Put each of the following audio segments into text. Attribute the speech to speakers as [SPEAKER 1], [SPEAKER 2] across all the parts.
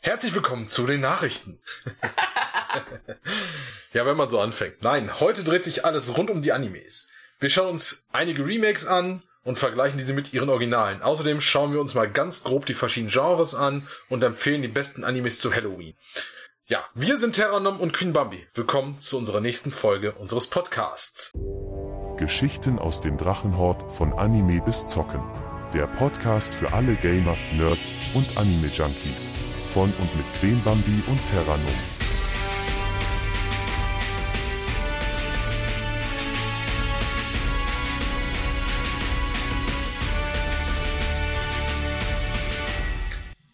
[SPEAKER 1] Herzlich willkommen zu den Nachrichten. ja, wenn man so anfängt. Nein, heute dreht sich alles rund um die Animes. Wir schauen uns einige Remakes an und vergleichen diese mit ihren Originalen. Außerdem schauen wir uns mal ganz grob die verschiedenen Genres an und empfehlen die besten Animes zu Halloween. Ja, wir sind Terranom und Queen Bambi. Willkommen zu unserer nächsten Folge unseres Podcasts.
[SPEAKER 2] Geschichten aus dem Drachenhort von Anime bis Zocken. Der Podcast für alle Gamer, Nerds und Anime-Junkies. Von und mit Queen Bambi und Terranum.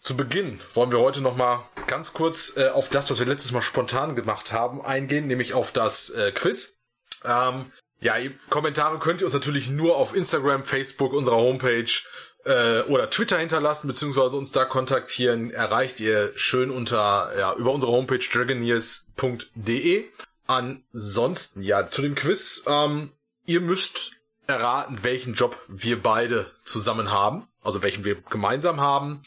[SPEAKER 1] Zu Beginn wollen wir heute nochmal ganz kurz äh, auf das, was wir letztes Mal spontan gemacht haben, eingehen, nämlich auf das äh, Quiz. Ähm, ja, ihr- Kommentare könnt ihr uns natürlich nur auf Instagram, Facebook, unserer Homepage äh, oder Twitter hinterlassen, beziehungsweise uns da kontaktieren. Erreicht ihr schön unter, ja, über unsere Homepage dragonears.de. Ansonsten, ja, zu dem Quiz, ähm, ihr müsst erraten, welchen Job wir beide zusammen haben, also welchen wir gemeinsam haben.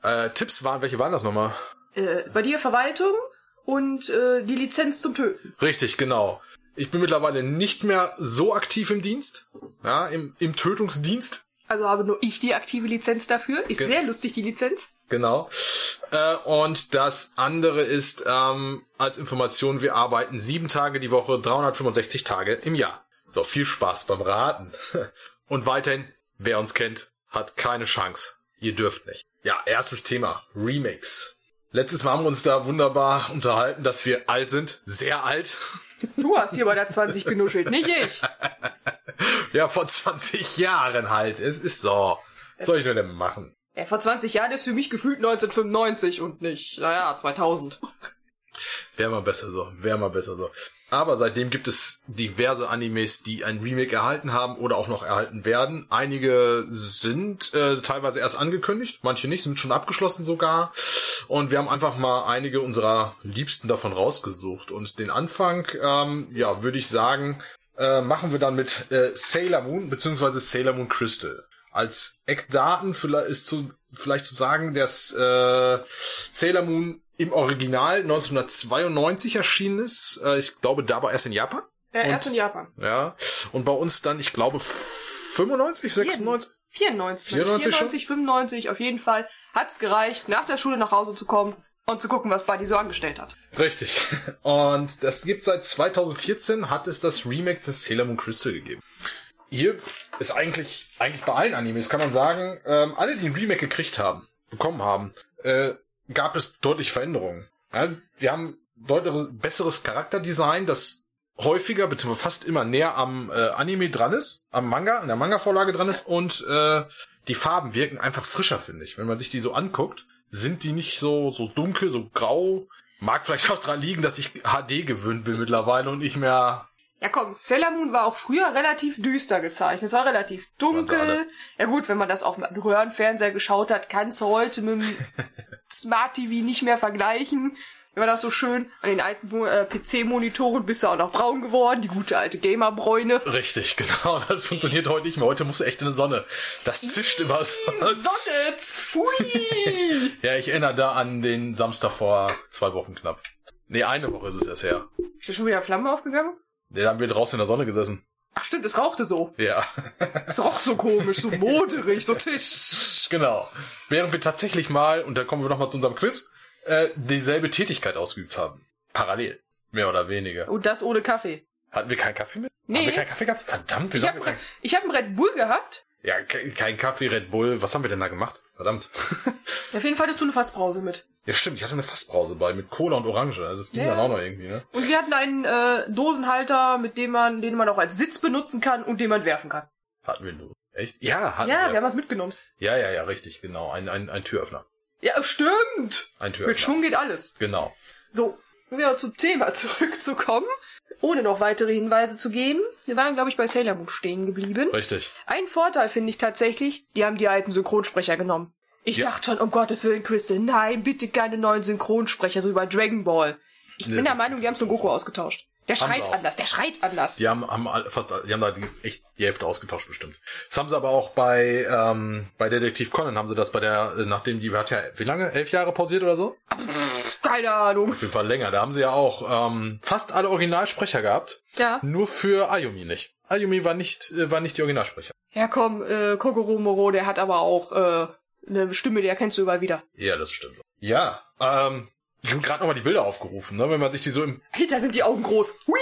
[SPEAKER 1] Äh, Tipps waren, welche waren das nochmal?
[SPEAKER 3] Äh, bei dir Verwaltung und äh, die Lizenz zum Töten.
[SPEAKER 1] Richtig, genau. Ich bin mittlerweile nicht mehr so aktiv im Dienst, ja, im, im Tötungsdienst,
[SPEAKER 3] Also habe nur ich die aktive Lizenz dafür. Ist
[SPEAKER 1] Ge-
[SPEAKER 3] sehr lustig, die Lizenz.
[SPEAKER 1] genau. Äh, und das andere ist ähm, als Information, wir arbeiten sieben Tage die Woche, 365 Tage im Jahr. So, viel Spaß beim Raten. Und weiterhin, wer uns kennt, hat keine Chance. Ihr dürft nicht. Ja, erstes Thema, Remakes. Letztes Mal haben wir uns da wunderbar unterhalten, dass wir alt sind, sehr alt.
[SPEAKER 3] Du hast hier bei der 20 genuschelt, nicht ich.
[SPEAKER 1] Ja, vor 20 Jahren halt. Es ist so. Was soll ich nur denn machen?
[SPEAKER 3] Ja, vor 20 Jahren ist für mich gefühlt 1995 und nicht, naja, 2000.
[SPEAKER 1] Wäre mal besser so. Wäre mal besser so. Aber seitdem gibt es diverse Animes, die ein Remake erhalten haben oder auch noch erhalten werden. Einige sind äh, teilweise erst angekündigt, manche nicht, sind schon abgeschlossen sogar. Und wir haben einfach mal einige unserer Liebsten davon rausgesucht. Und den Anfang, ähm, ja, würde ich sagen, äh, machen wir dann mit äh, Sailor Moon beziehungsweise Sailor Moon Crystal. Als Eckdaten vielleicht ist zu, vielleicht zu sagen, dass äh, Sailor Moon im Original 1992 erschienen ist. Äh, ich glaube, dabei erst in Japan.
[SPEAKER 3] Ja, Äh, erst
[SPEAKER 1] Und-
[SPEAKER 3] in Japan.
[SPEAKER 1] Ja. Und bei uns dann, ich glaube, 95, 96.
[SPEAKER 3] 94.
[SPEAKER 1] 94 schon?
[SPEAKER 3] 94 95, auf jeden Fall. Hat's gereicht, nach der Schule nach Hause zu kommen und zu gucken, was Buddy so angestellt hat.
[SPEAKER 1] Richtig. Und das gibt seit 2014, hat es das Remake des Sailor Moon Crystal gegeben. Hier ist eigentlich, eigentlich bei allen Animes, kann man sagen, ähm, alle, die ein Remake gekriegt haben, bekommen haben, äh, gab es deutlich Veränderungen. Ja, wir haben deutliches, besseres Charakterdesign, das häufiger, beziehungsweise fast immer näher am äh, Anime dran ist, am Manga, an der Manga-Vorlage dran ist und äh, die Farben wirken einfach frischer, finde ich. Wenn man sich die so anguckt, sind die nicht so, so dunkel, so grau. Mag vielleicht auch dran liegen, dass ich HD gewöhnt bin mittlerweile und nicht mehr
[SPEAKER 3] Ja komm, Sailor Moon war auch früher relativ düster gezeichnet. Es war relativ
[SPEAKER 1] Waren sie
[SPEAKER 3] dunkel. Ja gut, wenn man das auch mit einem Röhrenfernseher geschaut hat, kannst du heute mit dem Smart TV nicht mehr vergleichen. Wenn man das so schön an den alten Mo- äh, PC-Monitoren bist du auch noch braun geworden, die gute alte Gamerbräune.
[SPEAKER 1] Richtig, genau. Das funktioniert heute nicht mehr. Heute musst du echt in die Sonne. Das zischt immer so.
[SPEAKER 3] Sonne, pfui!
[SPEAKER 1] Ja, ich erinnere da an den Samstag vor zwei Wochen knapp. Nee, eine Woche ist es erst her.
[SPEAKER 3] Ist da schon wieder Flamme aufgegangen?
[SPEAKER 1] Ja, Da haben wir draußen in der Sonne gesessen.
[SPEAKER 3] Ach stimmt, es rauchte so.
[SPEAKER 1] Ja,
[SPEAKER 3] Es roch so komisch, so moderig, so tisch.
[SPEAKER 1] genau. Während wir tatsächlich mal, und da kommen wir nochmal zu unserem Quiz, äh, dieselbe Tätigkeit ausgeübt haben. Parallel. Mehr oder weniger.
[SPEAKER 3] Und das ohne Kaffee.
[SPEAKER 1] Hatten wir keinen Kaffee mit?
[SPEAKER 3] Nee.
[SPEAKER 1] Haben wir keinen Kaffee gehabt? Verdammt,
[SPEAKER 3] Ich
[SPEAKER 1] wieso haben wir
[SPEAKER 3] habe
[SPEAKER 1] keinen...
[SPEAKER 3] ich hab einen Red Bull gehabt.
[SPEAKER 1] Ja, ke- kein Kaffee, Red Bull. Was haben wir denn da gemacht? Verdammt.
[SPEAKER 3] Auf jeden Fall hattest du eine Fassbrause mit.
[SPEAKER 1] ja, stimmt. Ich hatte eine Fassbrause bei mit Cola und Orange. Also Das ging
[SPEAKER 3] Ja.
[SPEAKER 1] dann auch noch irgendwie, ne?
[SPEAKER 3] Und wir hatten einen äh, Dosenhalter, mit dem man, den man auch als Sitz benutzen kann und den man werfen kann.
[SPEAKER 1] Hatten wir nur. Echt? Ja, hatten
[SPEAKER 3] ja, wir
[SPEAKER 1] wir.
[SPEAKER 3] haben was mitgenommen.
[SPEAKER 1] Ja, ja, ja, richtig, genau. Ein, ein, ein Türöffner.
[SPEAKER 3] Ja, stimmt.
[SPEAKER 1] Ein
[SPEAKER 3] Mit
[SPEAKER 1] Türöffner.
[SPEAKER 3] Schwung geht alles.
[SPEAKER 1] Genau.
[SPEAKER 3] So, um wieder zum Thema zurückzukommen, ohne noch weitere Hinweise zu geben. Wir waren, glaube ich, bei Sailor Moon stehen geblieben.
[SPEAKER 1] Richtig.
[SPEAKER 3] Ein Vorteil finde ich tatsächlich, die haben die alten Synchronsprecher genommen. Ich
[SPEAKER 1] Ja.
[SPEAKER 3] dachte schon, um Gottes Willen, Quiste, nein, bitte keine neuen Synchronsprecher, so wie bei Dragon Ball. Ich
[SPEAKER 1] Nee,
[SPEAKER 3] bin der
[SPEAKER 1] das-
[SPEAKER 3] Meinung, die haben Son Goku ausgetauscht. Der
[SPEAKER 1] Haben
[SPEAKER 3] schreit
[SPEAKER 1] sie auch.
[SPEAKER 3] anders, der schreit anders.
[SPEAKER 1] Die haben, haben all- fast, all- die haben da die- echt die Hälfte ausgetauscht bestimmt. Das haben sie aber auch bei, ähm, bei Detektiv Conan haben sie das bei der, äh, nachdem die, hat ja, wie lange? Elf Jahre pausiert oder so?
[SPEAKER 3] pff, keine Ahnung.
[SPEAKER 1] Auf jeden Fall länger. Da haben sie ja auch ähm, fast alle Originalsprecher gehabt.
[SPEAKER 3] Ja.
[SPEAKER 1] Nur für Ayumi nicht. Ayumi war nicht, äh, war nicht die Originalsprecher.
[SPEAKER 3] Ja, komm, äh, Kokoro Moro, der hat aber auch äh, eine Stimme, die erkennst du überall wieder.
[SPEAKER 1] Ja, das stimmt. Ja, ähm, ich habe gerade nochmal die Bilder aufgerufen, ne? Wenn man sich die so im.
[SPEAKER 3] Hinter sind die Augen groß. Hui!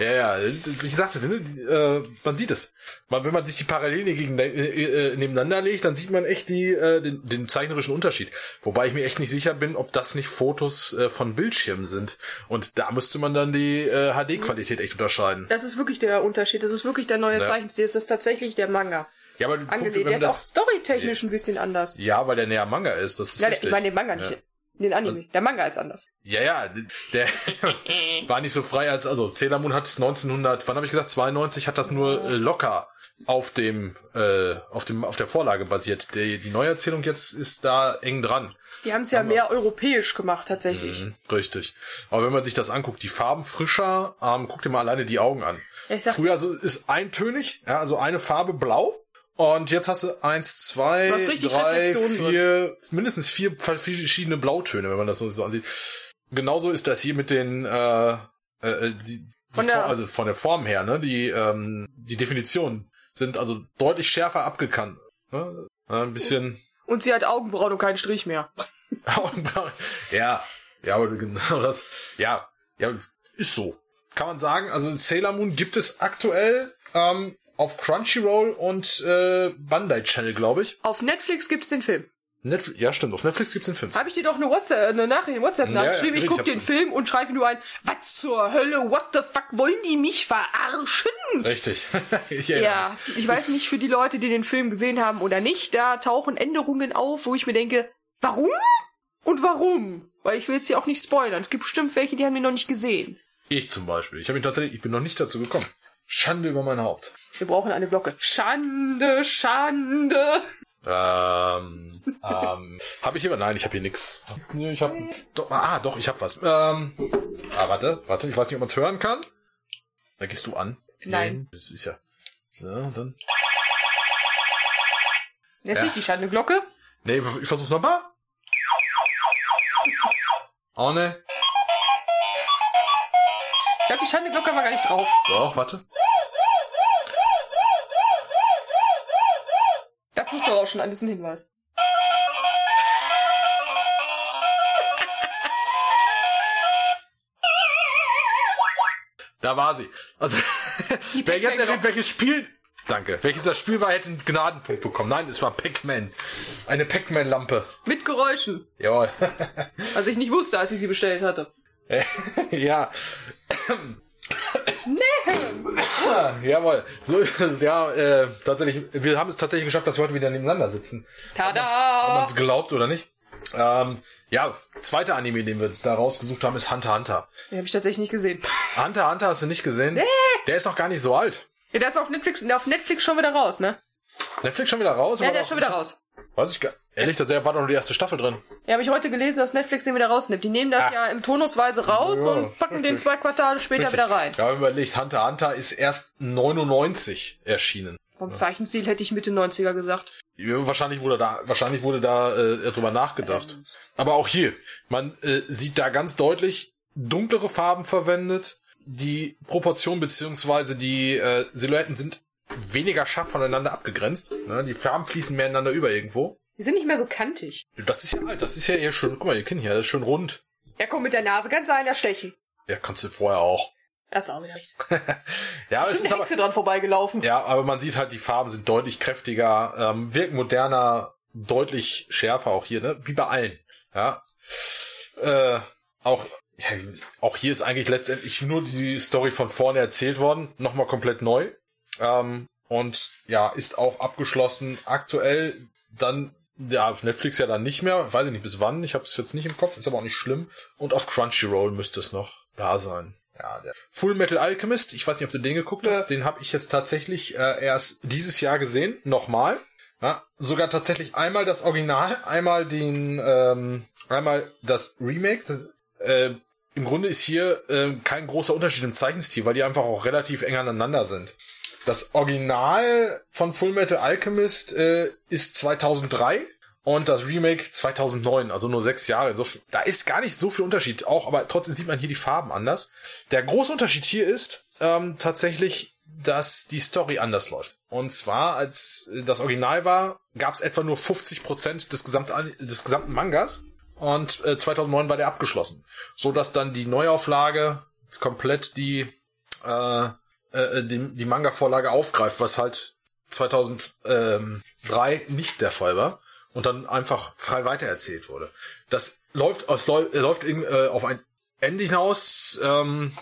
[SPEAKER 1] Ja, ja, ich sagte, ne? die, äh, man sieht es. Man, wenn man sich die Parallelen gegen, äh, äh, nebeneinander legt, dann sieht man echt die, äh, den, den zeichnerischen Unterschied. Wobei ich mir echt nicht sicher bin, ob das nicht Fotos äh, von Bildschirmen sind. Und da müsste man dann die äh, HD-Qualität echt unterscheiden.
[SPEAKER 3] Das ist wirklich der Unterschied. Das ist wirklich der neue
[SPEAKER 1] Ja.
[SPEAKER 3] Zeichenstil. Das ist tatsächlich der Manga.
[SPEAKER 1] Ja, aber guck,
[SPEAKER 3] Angelegt.
[SPEAKER 1] wenn
[SPEAKER 3] Der
[SPEAKER 1] man
[SPEAKER 3] ist auch
[SPEAKER 1] das,
[SPEAKER 3] storytechnisch ein bisschen anders.
[SPEAKER 1] ja, weil der näher Manga ist, das ist
[SPEAKER 3] Ja, der,
[SPEAKER 1] richtig.
[SPEAKER 3] ich meine den Manga nicht.
[SPEAKER 1] Ja.
[SPEAKER 3] Den Anime. Der Manga ist anders.
[SPEAKER 1] Ja, ja, der war nicht so frei als, also Sailor Moon hat es 1900, wann habe ich gesagt, 92 hat das nur äh, locker auf dem, äh, auf dem, auf der Vorlage basiert. Die, die Neuerzählung jetzt ist da eng dran.
[SPEAKER 3] Die haben es ja mehr europäisch gemacht, tatsächlich.
[SPEAKER 1] Mhm, richtig. Aber wenn man sich das anguckt, die Farben frischer, ähm, guck dir mal alleine die Augen an.
[SPEAKER 3] Ja, ich sag-
[SPEAKER 1] Früher so, ist eintönig, ja, also eine Farbe blau. Und jetzt hast du eins, zwei,
[SPEAKER 3] Du hast richtig
[SPEAKER 1] drei,
[SPEAKER 3] Reflexionen
[SPEAKER 1] vier, mindestens vier verschiedene Blautöne, wenn man das so so ansieht. Genauso ist das hier mit den, äh, äh, die, die
[SPEAKER 3] Von der-
[SPEAKER 1] Form- also von der Form her, ne? Die, ähm, die Definitionen sind also deutlich schärfer abgekannt. Ne? Ein bisschen.
[SPEAKER 3] Und sie hat Augenbrauen und keinen Strich mehr.
[SPEAKER 1] Augenbrauen. Ja, ja, aber genau das. Ja, ja, ist so. Kann man sagen, also Sailor Moon gibt es aktuell ähm, auf Crunchyroll und äh, Bandai Channel, glaube ich.
[SPEAKER 3] Auf Netflix gibt's den Film.
[SPEAKER 1] Netflix, ja, stimmt, auf Netflix gibt's den Film.
[SPEAKER 3] Habe ich dir doch eine WhatsApp, eine Nachricht, eine WhatsApp
[SPEAKER 1] Ja, ja,
[SPEAKER 3] nachgeschrieben. ich
[SPEAKER 1] richtig,
[SPEAKER 3] guck
[SPEAKER 1] hab's
[SPEAKER 3] den
[SPEAKER 1] schon.
[SPEAKER 3] Film und schreibe nur ein, was zur Hölle, what the fuck, wollen die mich verarschen?
[SPEAKER 1] Richtig. ich
[SPEAKER 3] Ja,
[SPEAKER 1] erinnere
[SPEAKER 3] ich weiß nicht, für die Leute, die den Film gesehen haben oder nicht, da tauchen Änderungen auf, wo ich mir denke, warum? Und warum? Weil ich will jetzt hier auch nicht spoilern. Es gibt bestimmt welche, die haben wir noch nicht gesehen.
[SPEAKER 1] mich. Ich zum Beispiel. Ich habe mich tatsächlich, ich bin noch nicht dazu gekommen. Schande über mein Haupt.
[SPEAKER 3] Wir brauchen eine Glocke. Schande, Schande.
[SPEAKER 1] Ähm, ähm, habe ich hier Nein, ich habe hier nix. Nee, Ich hab, doch, ah, doch, ich habe was. Ähm, ah, warte, warte, ich weiß nicht, ob man es hören kann. Da gehst du an.
[SPEAKER 3] Nein.
[SPEAKER 1] Nee, Das ist ja. So, dann.
[SPEAKER 3] Jetzt
[SPEAKER 1] Ja.
[SPEAKER 3] nicht die Schande-Glocke.
[SPEAKER 1] Nee, ich versuch's nochmal. Oh ne.
[SPEAKER 3] Ich glaube, die Schande-Glocke war gar nicht drauf.
[SPEAKER 1] Doch, warte.
[SPEAKER 3] Das muss doch auch schon alles ein Hinweis.
[SPEAKER 1] Da war sie. Also,
[SPEAKER 3] Die
[SPEAKER 1] wer jetzt
[SPEAKER 3] Pac-Man-Glocke.
[SPEAKER 1] errät, welches Spiel. Danke. Welches das Spiel war, hätte einen Gnadenpunkt bekommen. Nein, es war Pac-Man. Eine Pac-Man-Lampe.
[SPEAKER 3] Mit Geräuschen.
[SPEAKER 1] Jawohl.
[SPEAKER 3] Was ich nicht wusste, als ich sie bestellt hatte.
[SPEAKER 1] ja. Nee. Jawohl. So ist es. Ja, äh, tatsächlich. Wir haben es tatsächlich geschafft, dass wir heute wieder nebeneinander sitzen. Ob man
[SPEAKER 3] Tada!
[SPEAKER 1] es glaubt oder nicht. Ähm, ja, zweiter Anime, den wir uns da rausgesucht haben, ist Hunter x Hunter.
[SPEAKER 3] Den habe ich tatsächlich nicht gesehen.
[SPEAKER 1] Hunter x Hunter hast du nicht gesehen? Nee. Der ist noch gar nicht so alt.
[SPEAKER 3] Ja, der ist auf Netflix, auf Netflix schon wieder raus, ne?
[SPEAKER 1] Ist Netflix schon wieder raus?
[SPEAKER 3] Ja,
[SPEAKER 1] War
[SPEAKER 3] der
[SPEAKER 1] doch-
[SPEAKER 3] ist schon wieder raus.
[SPEAKER 1] Weiß ich gar Ehrlich, da war doch nur die erste Staffel drin.
[SPEAKER 3] Ja, habe ich heute gelesen, dass Netflix den wieder rausnimmt. Die nehmen das
[SPEAKER 1] Ah.
[SPEAKER 3] ja im Tonusweise raus
[SPEAKER 1] Ja,
[SPEAKER 3] und packen den
[SPEAKER 1] richtig.
[SPEAKER 3] zwei Quartale später wieder rein.
[SPEAKER 1] Ja, wenn man überlegt, Hunter x Hunter ist erst 99 erschienen.
[SPEAKER 3] Vom Zeichenstil hätte ich Mitte 90er gesagt.
[SPEAKER 1] Ja, wahrscheinlich wurde da, wahrscheinlich wurde da äh, drüber nachgedacht. Aber auch hier, man äh, sieht da ganz deutlich dunklere Farben verwendet. Die Proportionen beziehungsweise die äh, Silhouetten sind weniger scharf voneinander abgegrenzt. Ne? Die Farben fließen mehr ineinander über irgendwo.
[SPEAKER 3] Die sind nicht mehr so kantig.
[SPEAKER 1] Das ist ja alt, das ist ja hier schön. Guck mal, ihr Kinn hier, das ist schön rund.
[SPEAKER 3] Ja, komm, mit der Nase ganz einer stechen.
[SPEAKER 1] Ja, kannst du vorher auch.
[SPEAKER 3] Das ist auch wieder recht.
[SPEAKER 1] Ja,
[SPEAKER 3] Da
[SPEAKER 1] es
[SPEAKER 3] ist
[SPEAKER 1] ist
[SPEAKER 3] eine
[SPEAKER 1] aber,
[SPEAKER 3] Hexe dran vorbeigelaufen.
[SPEAKER 1] ja, aber man sieht halt, die Farben sind deutlich kräftiger, ähm, wirken moderner, deutlich schärfer auch hier, ne? Wie bei allen. Ja. Äh, auch, ja, auch hier ist eigentlich letztendlich nur die Story von vorne erzählt worden, nochmal komplett neu. Ähm, und ja, ist auch abgeschlossen. Aktuell dann, ja, auf Netflix ja dann nicht mehr, weiß ich nicht bis wann, ich habe es jetzt nicht im Kopf, ist aber auch nicht schlimm. Und auf Crunchyroll müsste es noch da sein. Ja, der Full Metal Alchemist, ich weiß nicht, ob du den geguckt hast, den habe ich jetzt tatsächlich äh, erst dieses Jahr gesehen, nochmal. Ja, sogar tatsächlich einmal das Original, einmal den, ähm, einmal das Remake. Äh, Im Grunde ist hier ähm, kein großer Unterschied im Zeichenstil, weil die einfach auch relativ eng aneinander sind. Das Original von Fullmetal Alchemist äh, ist 2003 und das Remake 2009, also nur sechs Jahre. So, viel- da ist gar nicht so viel Unterschied. Auch, aber trotzdem sieht man hier die Farben anders. Der große Unterschied hier ist ähm, tatsächlich, dass die Story anders läuft. Und zwar, als äh, das Original war, gab es etwa nur 50% des, gesamten An- des gesamten Mangas. Und äh, 2009 war der abgeschlossen. So dass dann die Neuauflage komplett die, äh, äh, die, die Manga-Vorlage aufgreift, was halt 2003 nicht der Fall war und dann einfach frei weitererzählt wurde. Das läuft, es läu- äh, läuft in, äh, auf ein Ende hinaus, ähm,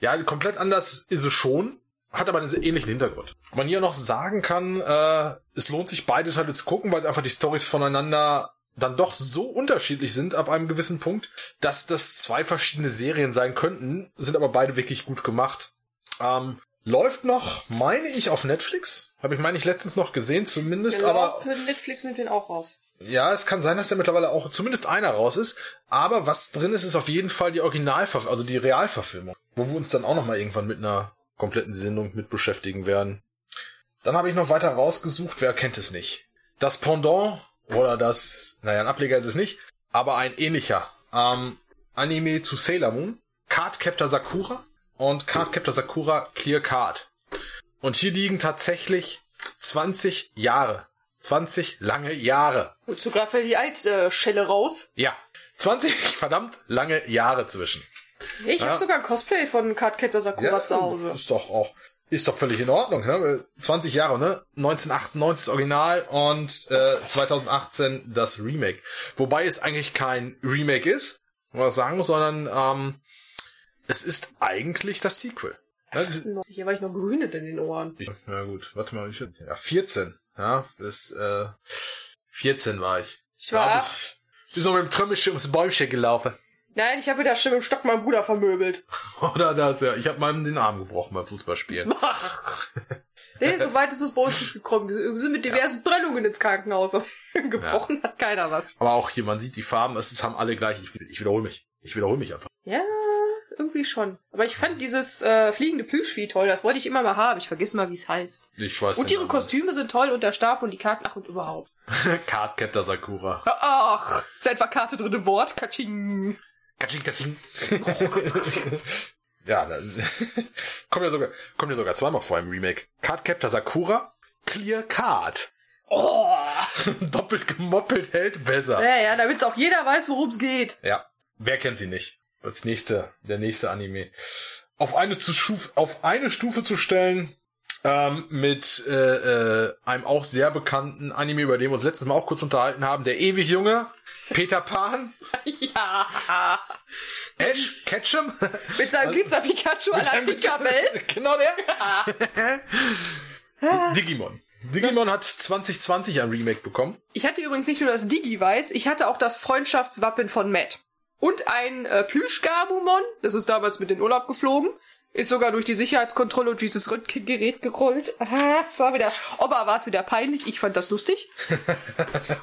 [SPEAKER 1] ja, komplett anders ist es schon, hat aber einen sehr ähnlichen Hintergrund. Ob Man hier noch sagen kann, äh, es lohnt sich beide Teile zu gucken, weil einfach die Stories voneinander dann doch so unterschiedlich sind ab einem gewissen Punkt, dass das zwei verschiedene Serien sein könnten, sind aber beide wirklich gut gemacht. Ähm, läuft noch, meine ich, auf Netflix. Habe ich, meine ich, letztens noch gesehen, zumindest, aber
[SPEAKER 3] mit Netflix nimmt den auch raus.
[SPEAKER 1] ja, es kann sein, dass da mittlerweile auch zumindest einer raus ist. Aber was drin ist, ist auf jeden Fall die Originalverfilmung, also die Realverfilmung. Wo wir uns dann auch nochmal irgendwann mit einer kompletten Sendung mit beschäftigen werden. Dann habe ich noch weiter rausgesucht, wer kennt es nicht? Das Pendant, oder das, naja, ein Ableger ist es nicht, aber ein ähnlicher. Ähm, Anime zu Sailor Moon, Cardcaptor Sakura und Cardcaptor Sakura Clear Card. Und hier liegen tatsächlich 20 Jahre. 20 lange Jahre
[SPEAKER 3] Holst du gerade die Altschelle raus?
[SPEAKER 1] ja. 20 verdammt lange Jahre zwischen.
[SPEAKER 3] Ich
[SPEAKER 1] Ja.
[SPEAKER 3] habe sogar ein Cosplay von Cardcaptor Sakura zu Hause.
[SPEAKER 1] Ist doch auch. Ist doch völlig in Ordnung, ne? 20 Jahre, ne? 1998 das Original und äh, 2018 das Remake. Wobei es eigentlich kein Remake ist, was sagen muss, sondern ähm, es ist eigentlich das Sequel. Ne?
[SPEAKER 3] Hier war ich noch grüne in den Ohren.
[SPEAKER 1] Ich, na gut, warte mal, ich, ja, 14. Ja, bis äh, 14 war ich.
[SPEAKER 3] Ich war
[SPEAKER 1] Glaub
[SPEAKER 3] acht.
[SPEAKER 1] Ich bin so mit dem Trümmelchen ums Bäumchen gelaufen.
[SPEAKER 3] Nein, ich habe da schon mit dem Stock meinen Bruder vermöbelt.
[SPEAKER 1] Oder das, ja. Ich habe meinem den Arm gebrochen beim Fußballspielen.
[SPEAKER 3] Nee, so weit ist es bei uns nicht gekommen. Wir sind mit diversen Brennungen ins Krankenhaus. Gebrochen hat keiner was.
[SPEAKER 1] Aber auch hier, man sieht die Farben, es ist, haben alle gleich. Ich, ich wiederhole mich. Ich wiederhole mich einfach.
[SPEAKER 3] Ja, irgendwie schon. Aber ich fand dieses äh, fliegende Plüschvieh toll. Das wollte ich immer mal haben. Ich vergesse mal, wie es heißt.
[SPEAKER 1] Ich weiß
[SPEAKER 3] Und
[SPEAKER 1] den
[SPEAKER 3] ihre
[SPEAKER 1] Namen
[SPEAKER 3] Kostüme sind toll und der Stab und die Karten. Ach, und überhaupt.
[SPEAKER 1] nicht. Cardcaptor Sakura.
[SPEAKER 3] Ach, ist etwa Karte drin im Wort. Katsching.
[SPEAKER 1] Katsching, katsching. ja, dann kommt ja sogar, kommt ja sogar zweimal vor im Remake. Cardcaptor Sakura, Clear Card.
[SPEAKER 3] Oh.
[SPEAKER 1] Doppelt gemoppelt hält besser.
[SPEAKER 3] Ja, ja, damit auch jeder weiß, worum es geht.
[SPEAKER 1] Ja, wer kennt sie nicht? Das nächste, der nächste Anime. Auf eine, zu Schuf, auf eine Stufe zu stellen ähm, mit äh, äh, einem auch sehr bekannten Anime, über den wir uns letztes Mal auch kurz unterhalten haben, der ewig junge Peter Pan,
[SPEAKER 3] Ja.
[SPEAKER 1] Ash Ketchum,
[SPEAKER 3] Mit seinem Glitzer Pikachu an der
[SPEAKER 1] seinem-
[SPEAKER 3] Tinkerbell.
[SPEAKER 1] genau der. Digimon. Digimon hat 2020 ein Remake bekommen.
[SPEAKER 3] Ich hatte übrigens nicht nur das Digi-Weiß, ich hatte auch das Freundschaftswappen von Matt. Und ein äh, Plüsch-Gabumon, das ist damals mit in den Urlaub geflogen, ist sogar durch die Sicherheitskontrolle und dieses Röntgengerät gerollt. Ah, Es war wieder, Oba war es wieder peinlich, ich fand das lustig.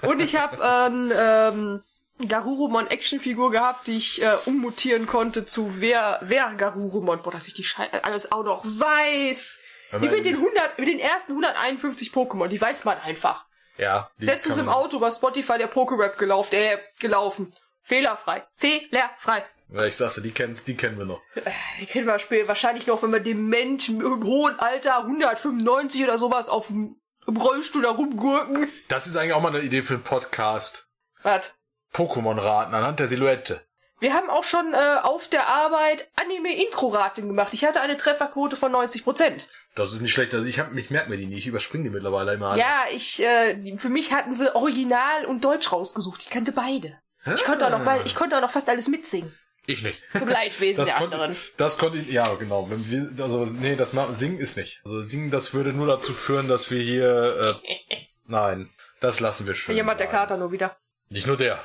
[SPEAKER 3] und ich habe ein ähm, Garurumon-Actionfigur gehabt, die ich äh, ummutieren konnte zu wer, wer Garurumon. Boah, dass ich die Schei alles auch noch weiß. Wie mit den, 100, mit den ersten 151 Pokémon, die weiß man einfach.
[SPEAKER 1] Ja. die
[SPEAKER 3] Letztens
[SPEAKER 1] kann
[SPEAKER 3] im
[SPEAKER 1] man-
[SPEAKER 3] Auto bei Spotify der Pokerap gelaufen, äh, gelaufen. Fehlerfrei. Fehlerfrei.
[SPEAKER 1] Ja, ich sag's dir, die kennst, die kennen wir noch.
[SPEAKER 3] Ich kenne das Spiel wahrscheinlich noch, wenn man dem Mensch im hohen Alter 195 oder sowas auf dem im Rollstuhl da rumgurken.
[SPEAKER 1] Das ist eigentlich auch mal eine Idee für einen Podcast.
[SPEAKER 3] Was?
[SPEAKER 1] Pokémon raten anhand der Silhouette.
[SPEAKER 3] Wir haben auch schon äh, auf der Arbeit Anime-Intro-Raten gemacht. Ich hatte eine Trefferquote von 90%.
[SPEAKER 1] Das ist nicht schlecht. Also ich hab, ich merke mir die nicht. Ich überspringe die mittlerweile immer. alle.
[SPEAKER 3] Ja, ich, äh, für mich hatten sie Original und Deutsch rausgesucht. Ich kannte beide. Ich konnte auch
[SPEAKER 1] Ah.
[SPEAKER 3] noch, beide, ich konnte auch noch fast alles mitsingen.
[SPEAKER 1] Ich nicht.
[SPEAKER 3] Zum Leidwesen
[SPEAKER 1] Das
[SPEAKER 3] der
[SPEAKER 1] konnte,
[SPEAKER 3] anderen.
[SPEAKER 1] das konnte ich, ja, genau. Wenn wir, also, nee, das ma- singen ist nicht. Also singen, das würde nur dazu führen, dass wir hier, äh, nein, das lassen wir schön.
[SPEAKER 3] Jemand der
[SPEAKER 1] bleiben.
[SPEAKER 3] Kater nur wieder.
[SPEAKER 1] Nicht nur der.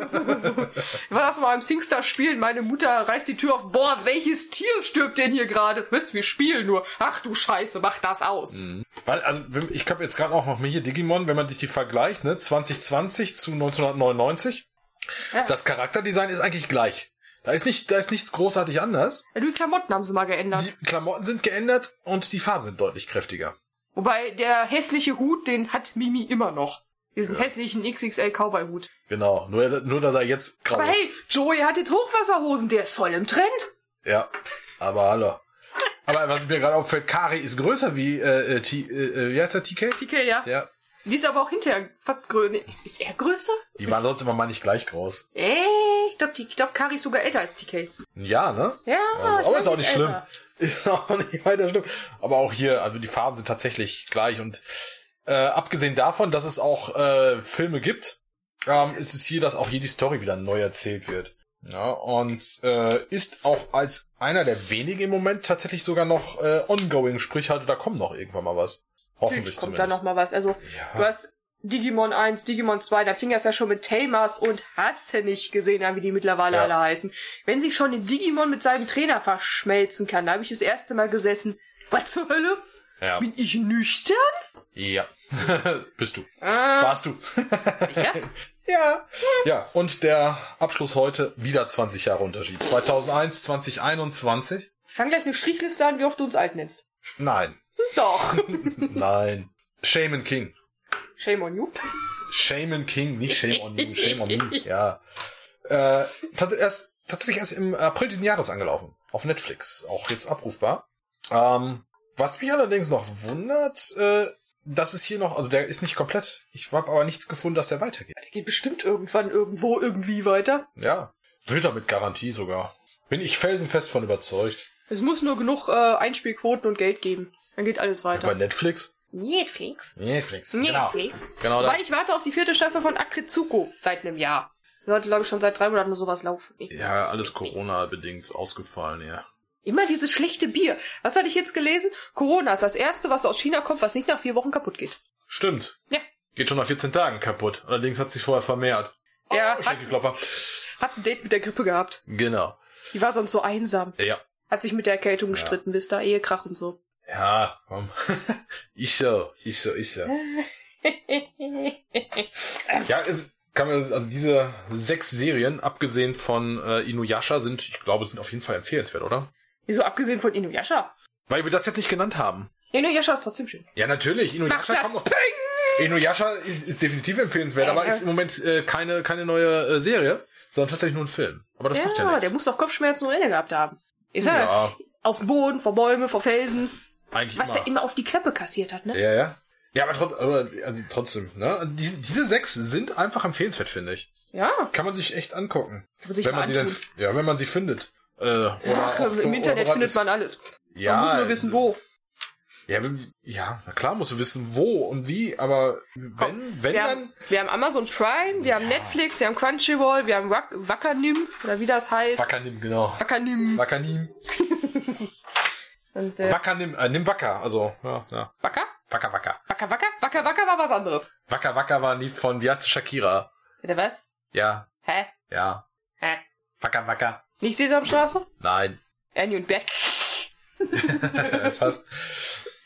[SPEAKER 3] Ich war das mal im Singstar-Spielen. Meine Mutter reißt die Tür auf. Boah, welches Tier stirbt denn hier gerade? Was, wir spielen nur. Ach du Scheiße, mach das aus.
[SPEAKER 1] Weil, also, wenn- ich habe jetzt gerade auch noch mal hier Digimon, wenn man sich die vergleicht, ne, 2020 zu 1999.
[SPEAKER 3] Ja.
[SPEAKER 1] Das Charakterdesign ist eigentlich gleich. Da ist nicht, da ist nichts großartig anders.
[SPEAKER 3] Ja, Die Klamotten haben sie mal geändert.
[SPEAKER 1] Die Klamotten sind geändert und die Farben sind deutlich kräftiger.
[SPEAKER 3] Wobei der hässliche Hut, den hat Mimi immer noch. Diesen hässlichen XXL Cowboy-Hut.
[SPEAKER 1] Genau. Nur, nur dass er jetzt grau
[SPEAKER 3] Aber
[SPEAKER 1] ist.
[SPEAKER 3] hey, Joey hat jetzt Hochwasserhosen, der ist voll im Trend.
[SPEAKER 1] Ja. Aber hallo. Aber was mir gerade auffällt, Kari ist größer wie, äh, äh, T, äh, äh, wie heißt der, TK?
[SPEAKER 3] TK, ja.
[SPEAKER 1] Ja.
[SPEAKER 3] Die ist aber auch hinterher fast grün. Ist, ist er größer?
[SPEAKER 1] Die waren sonst immer mal nicht gleich groß.
[SPEAKER 3] Ey, ich glaube, ich glaub, Kari ist sogar älter als TK.
[SPEAKER 1] Ja, ne?
[SPEAKER 3] Ja, Ah, ich
[SPEAKER 1] Also, aber
[SPEAKER 3] weiß,
[SPEAKER 1] ist auch
[SPEAKER 3] sie
[SPEAKER 1] nicht
[SPEAKER 3] ist
[SPEAKER 1] schlimm.
[SPEAKER 3] älter.
[SPEAKER 1] Ist auch nicht weiter schlimm. Aber auch hier, also die Farben sind tatsächlich gleich und äh, abgesehen davon, dass es auch äh, Filme gibt, ähm, ist es hier, dass auch hier die Story wieder neu erzählt wird. Ja, und äh, ist auch als einer der wenigen im Moment tatsächlich sogar noch äh, ongoing, sprich halt, da kommt noch irgendwann mal was. Hoffentlich
[SPEAKER 3] Natürlich kommt da
[SPEAKER 1] zumindest.
[SPEAKER 3] noch mal was. Also,
[SPEAKER 1] Ja.
[SPEAKER 3] du hast Digimon 1, Digimon 2, da fing das ja schon mit Tamers und Hasse nicht gesehen haben, wie die mittlerweile
[SPEAKER 1] Ja.
[SPEAKER 3] alle heißen. Wenn sich schon ein Digimon mit seinem Trainer verschmelzen kann, da habe ich das erste Mal gesessen. Was zur Hölle?
[SPEAKER 1] Ja.
[SPEAKER 3] Bin ich nüchtern?
[SPEAKER 1] ja. Bist du.
[SPEAKER 3] Äh,
[SPEAKER 1] Warst du.
[SPEAKER 3] sicher?
[SPEAKER 1] Ja. Ja, und der Abschluss heute wieder 20 Jahre Unterschied. 2001, 2021?
[SPEAKER 3] Ich fang gleich eine Strichliste an, wie oft du uns alt nennst.
[SPEAKER 1] Nein.
[SPEAKER 3] Doch.
[SPEAKER 1] Nein. Shaman King.
[SPEAKER 3] Shame on you.
[SPEAKER 1] Shaman King, nicht Shame on You, Shame on Me. Ja. Äh, tats erst, tatsächlich erst im April diesen Jahres angelaufen. Auf Netflix. Auch jetzt abrufbar. Ähm, was mich allerdings noch wundert, äh, dass es hier noch, also der ist nicht komplett. Ich habe aber nichts gefunden, dass der weitergeht.
[SPEAKER 3] Der geht bestimmt irgendwann irgendwo irgendwie weiter.
[SPEAKER 1] Ja. Wird er mit Garantie sogar. Bin ich felsenfest von überzeugt.
[SPEAKER 3] Es muss nur genug äh, Einspielquoten und Geld geben. Dann geht alles
[SPEAKER 1] Bei
[SPEAKER 3] weiter.
[SPEAKER 1] Netflix?
[SPEAKER 3] Netflix.
[SPEAKER 1] Netflix.
[SPEAKER 3] Netflix.
[SPEAKER 1] Genau, genau
[SPEAKER 3] Wobei
[SPEAKER 1] das.
[SPEAKER 3] ich warte auf die vierte Staffel von Akritsuko seit einem Jahr. Sollte, glaube ich, schon seit drei Monaten oder sowas laufen.
[SPEAKER 1] Ja, alles Corona-bedingt ausgefallen, ja.
[SPEAKER 3] Immer dieses schlechte Bier. Was hatte ich jetzt gelesen? Corona ist das erste, was aus China kommt, was nicht nach vier Wochen kaputt geht.
[SPEAKER 1] Stimmt.
[SPEAKER 3] Ja.
[SPEAKER 1] Geht schon nach 14 Tagen kaputt. Allerdings hat sich vorher vermehrt. Oh,
[SPEAKER 3] Er hat,
[SPEAKER 1] Schenkelklopfer.
[SPEAKER 3] hat ein Date mit der Grippe gehabt.
[SPEAKER 1] Genau.
[SPEAKER 3] Die war sonst so einsam.
[SPEAKER 1] Ja.
[SPEAKER 3] Hat sich mit der Erkältung gestritten, bis da Ehekrach und so.
[SPEAKER 1] Ja, komm. ich so, ich so, ich so. ja, es- kann man, also diese sechs Serien, abgesehen von äh, Inuyasha, sind, ich glaube, sind auf jeden Fall empfehlenswert, oder?
[SPEAKER 3] Wieso abgesehen von Inuyasha?
[SPEAKER 1] Weil wir das jetzt nicht genannt haben.
[SPEAKER 3] Inuyasha ist trotzdem schön.
[SPEAKER 1] Ja, natürlich.
[SPEAKER 3] Mach
[SPEAKER 1] Inuyasha
[SPEAKER 3] Platz.
[SPEAKER 1] kommt noch.
[SPEAKER 3] Ping!
[SPEAKER 1] Inuyasha ist, ist definitiv empfehlenswert, aber ist im Moment äh, keine, keine neue äh, Serie, sondern tatsächlich nur ein Film. Aber das macht ja
[SPEAKER 3] Ja,
[SPEAKER 1] nichts.
[SPEAKER 3] der muss doch Kopfschmerzen ohne Ende gehabt haben. Ist er
[SPEAKER 1] Ja.
[SPEAKER 3] auf dem Boden, vor Bäume, vor Felsen,
[SPEAKER 1] eigentlich
[SPEAKER 3] was
[SPEAKER 1] immer.
[SPEAKER 3] der immer auf die Klappe kassiert hat, ne?
[SPEAKER 1] Ja, ja. Ja, aber, trotz, aber also trotzdem, ne? Diese, diese sechs sind einfach empfehlenswert, finde ich.
[SPEAKER 3] Ja,
[SPEAKER 1] Kann man sich echt angucken.
[SPEAKER 3] kann man sich
[SPEAKER 1] wenn
[SPEAKER 3] mal
[SPEAKER 1] man sie
[SPEAKER 3] antun.
[SPEAKER 1] dann, ja, wenn man sie findet. Äh, oder,
[SPEAKER 3] Ach,
[SPEAKER 1] oder-
[SPEAKER 3] Im Internet
[SPEAKER 1] oder
[SPEAKER 3] findet
[SPEAKER 1] ist-
[SPEAKER 3] man alles.
[SPEAKER 1] Ja, also
[SPEAKER 3] man muss nur wissen, wo.
[SPEAKER 1] Ja, wenn- ja, na klar musst du wissen, wo und wie, aber wenn, wenn
[SPEAKER 3] Wir
[SPEAKER 1] dann.
[SPEAKER 3] haben, wir haben Amazon Prime, wir haben Netflix, wir haben Crunchyroll, wir haben Wack- Wackernim, oder wie das heißt.
[SPEAKER 1] Wackernim, genau.
[SPEAKER 3] Wackernim.
[SPEAKER 1] Wackernim.
[SPEAKER 3] Und, äh,
[SPEAKER 1] Wackernim, äh, nimm Wacker, also, ja, ja.
[SPEAKER 3] Wacker?
[SPEAKER 1] Wacker, Wacker.
[SPEAKER 3] Wacker, Wacker? Wacker, Wacker war was anderes.
[SPEAKER 1] Wacker, Wacker war die von, wie heißt du, Shakira?
[SPEAKER 3] Oder was?
[SPEAKER 1] Ja,
[SPEAKER 3] Hä?
[SPEAKER 1] ja.
[SPEAKER 3] Hä?
[SPEAKER 1] Wacker, Wacker.
[SPEAKER 3] Nicht Sesamstraße?
[SPEAKER 1] Nein.
[SPEAKER 3] Annie und Bert.
[SPEAKER 1] Fast.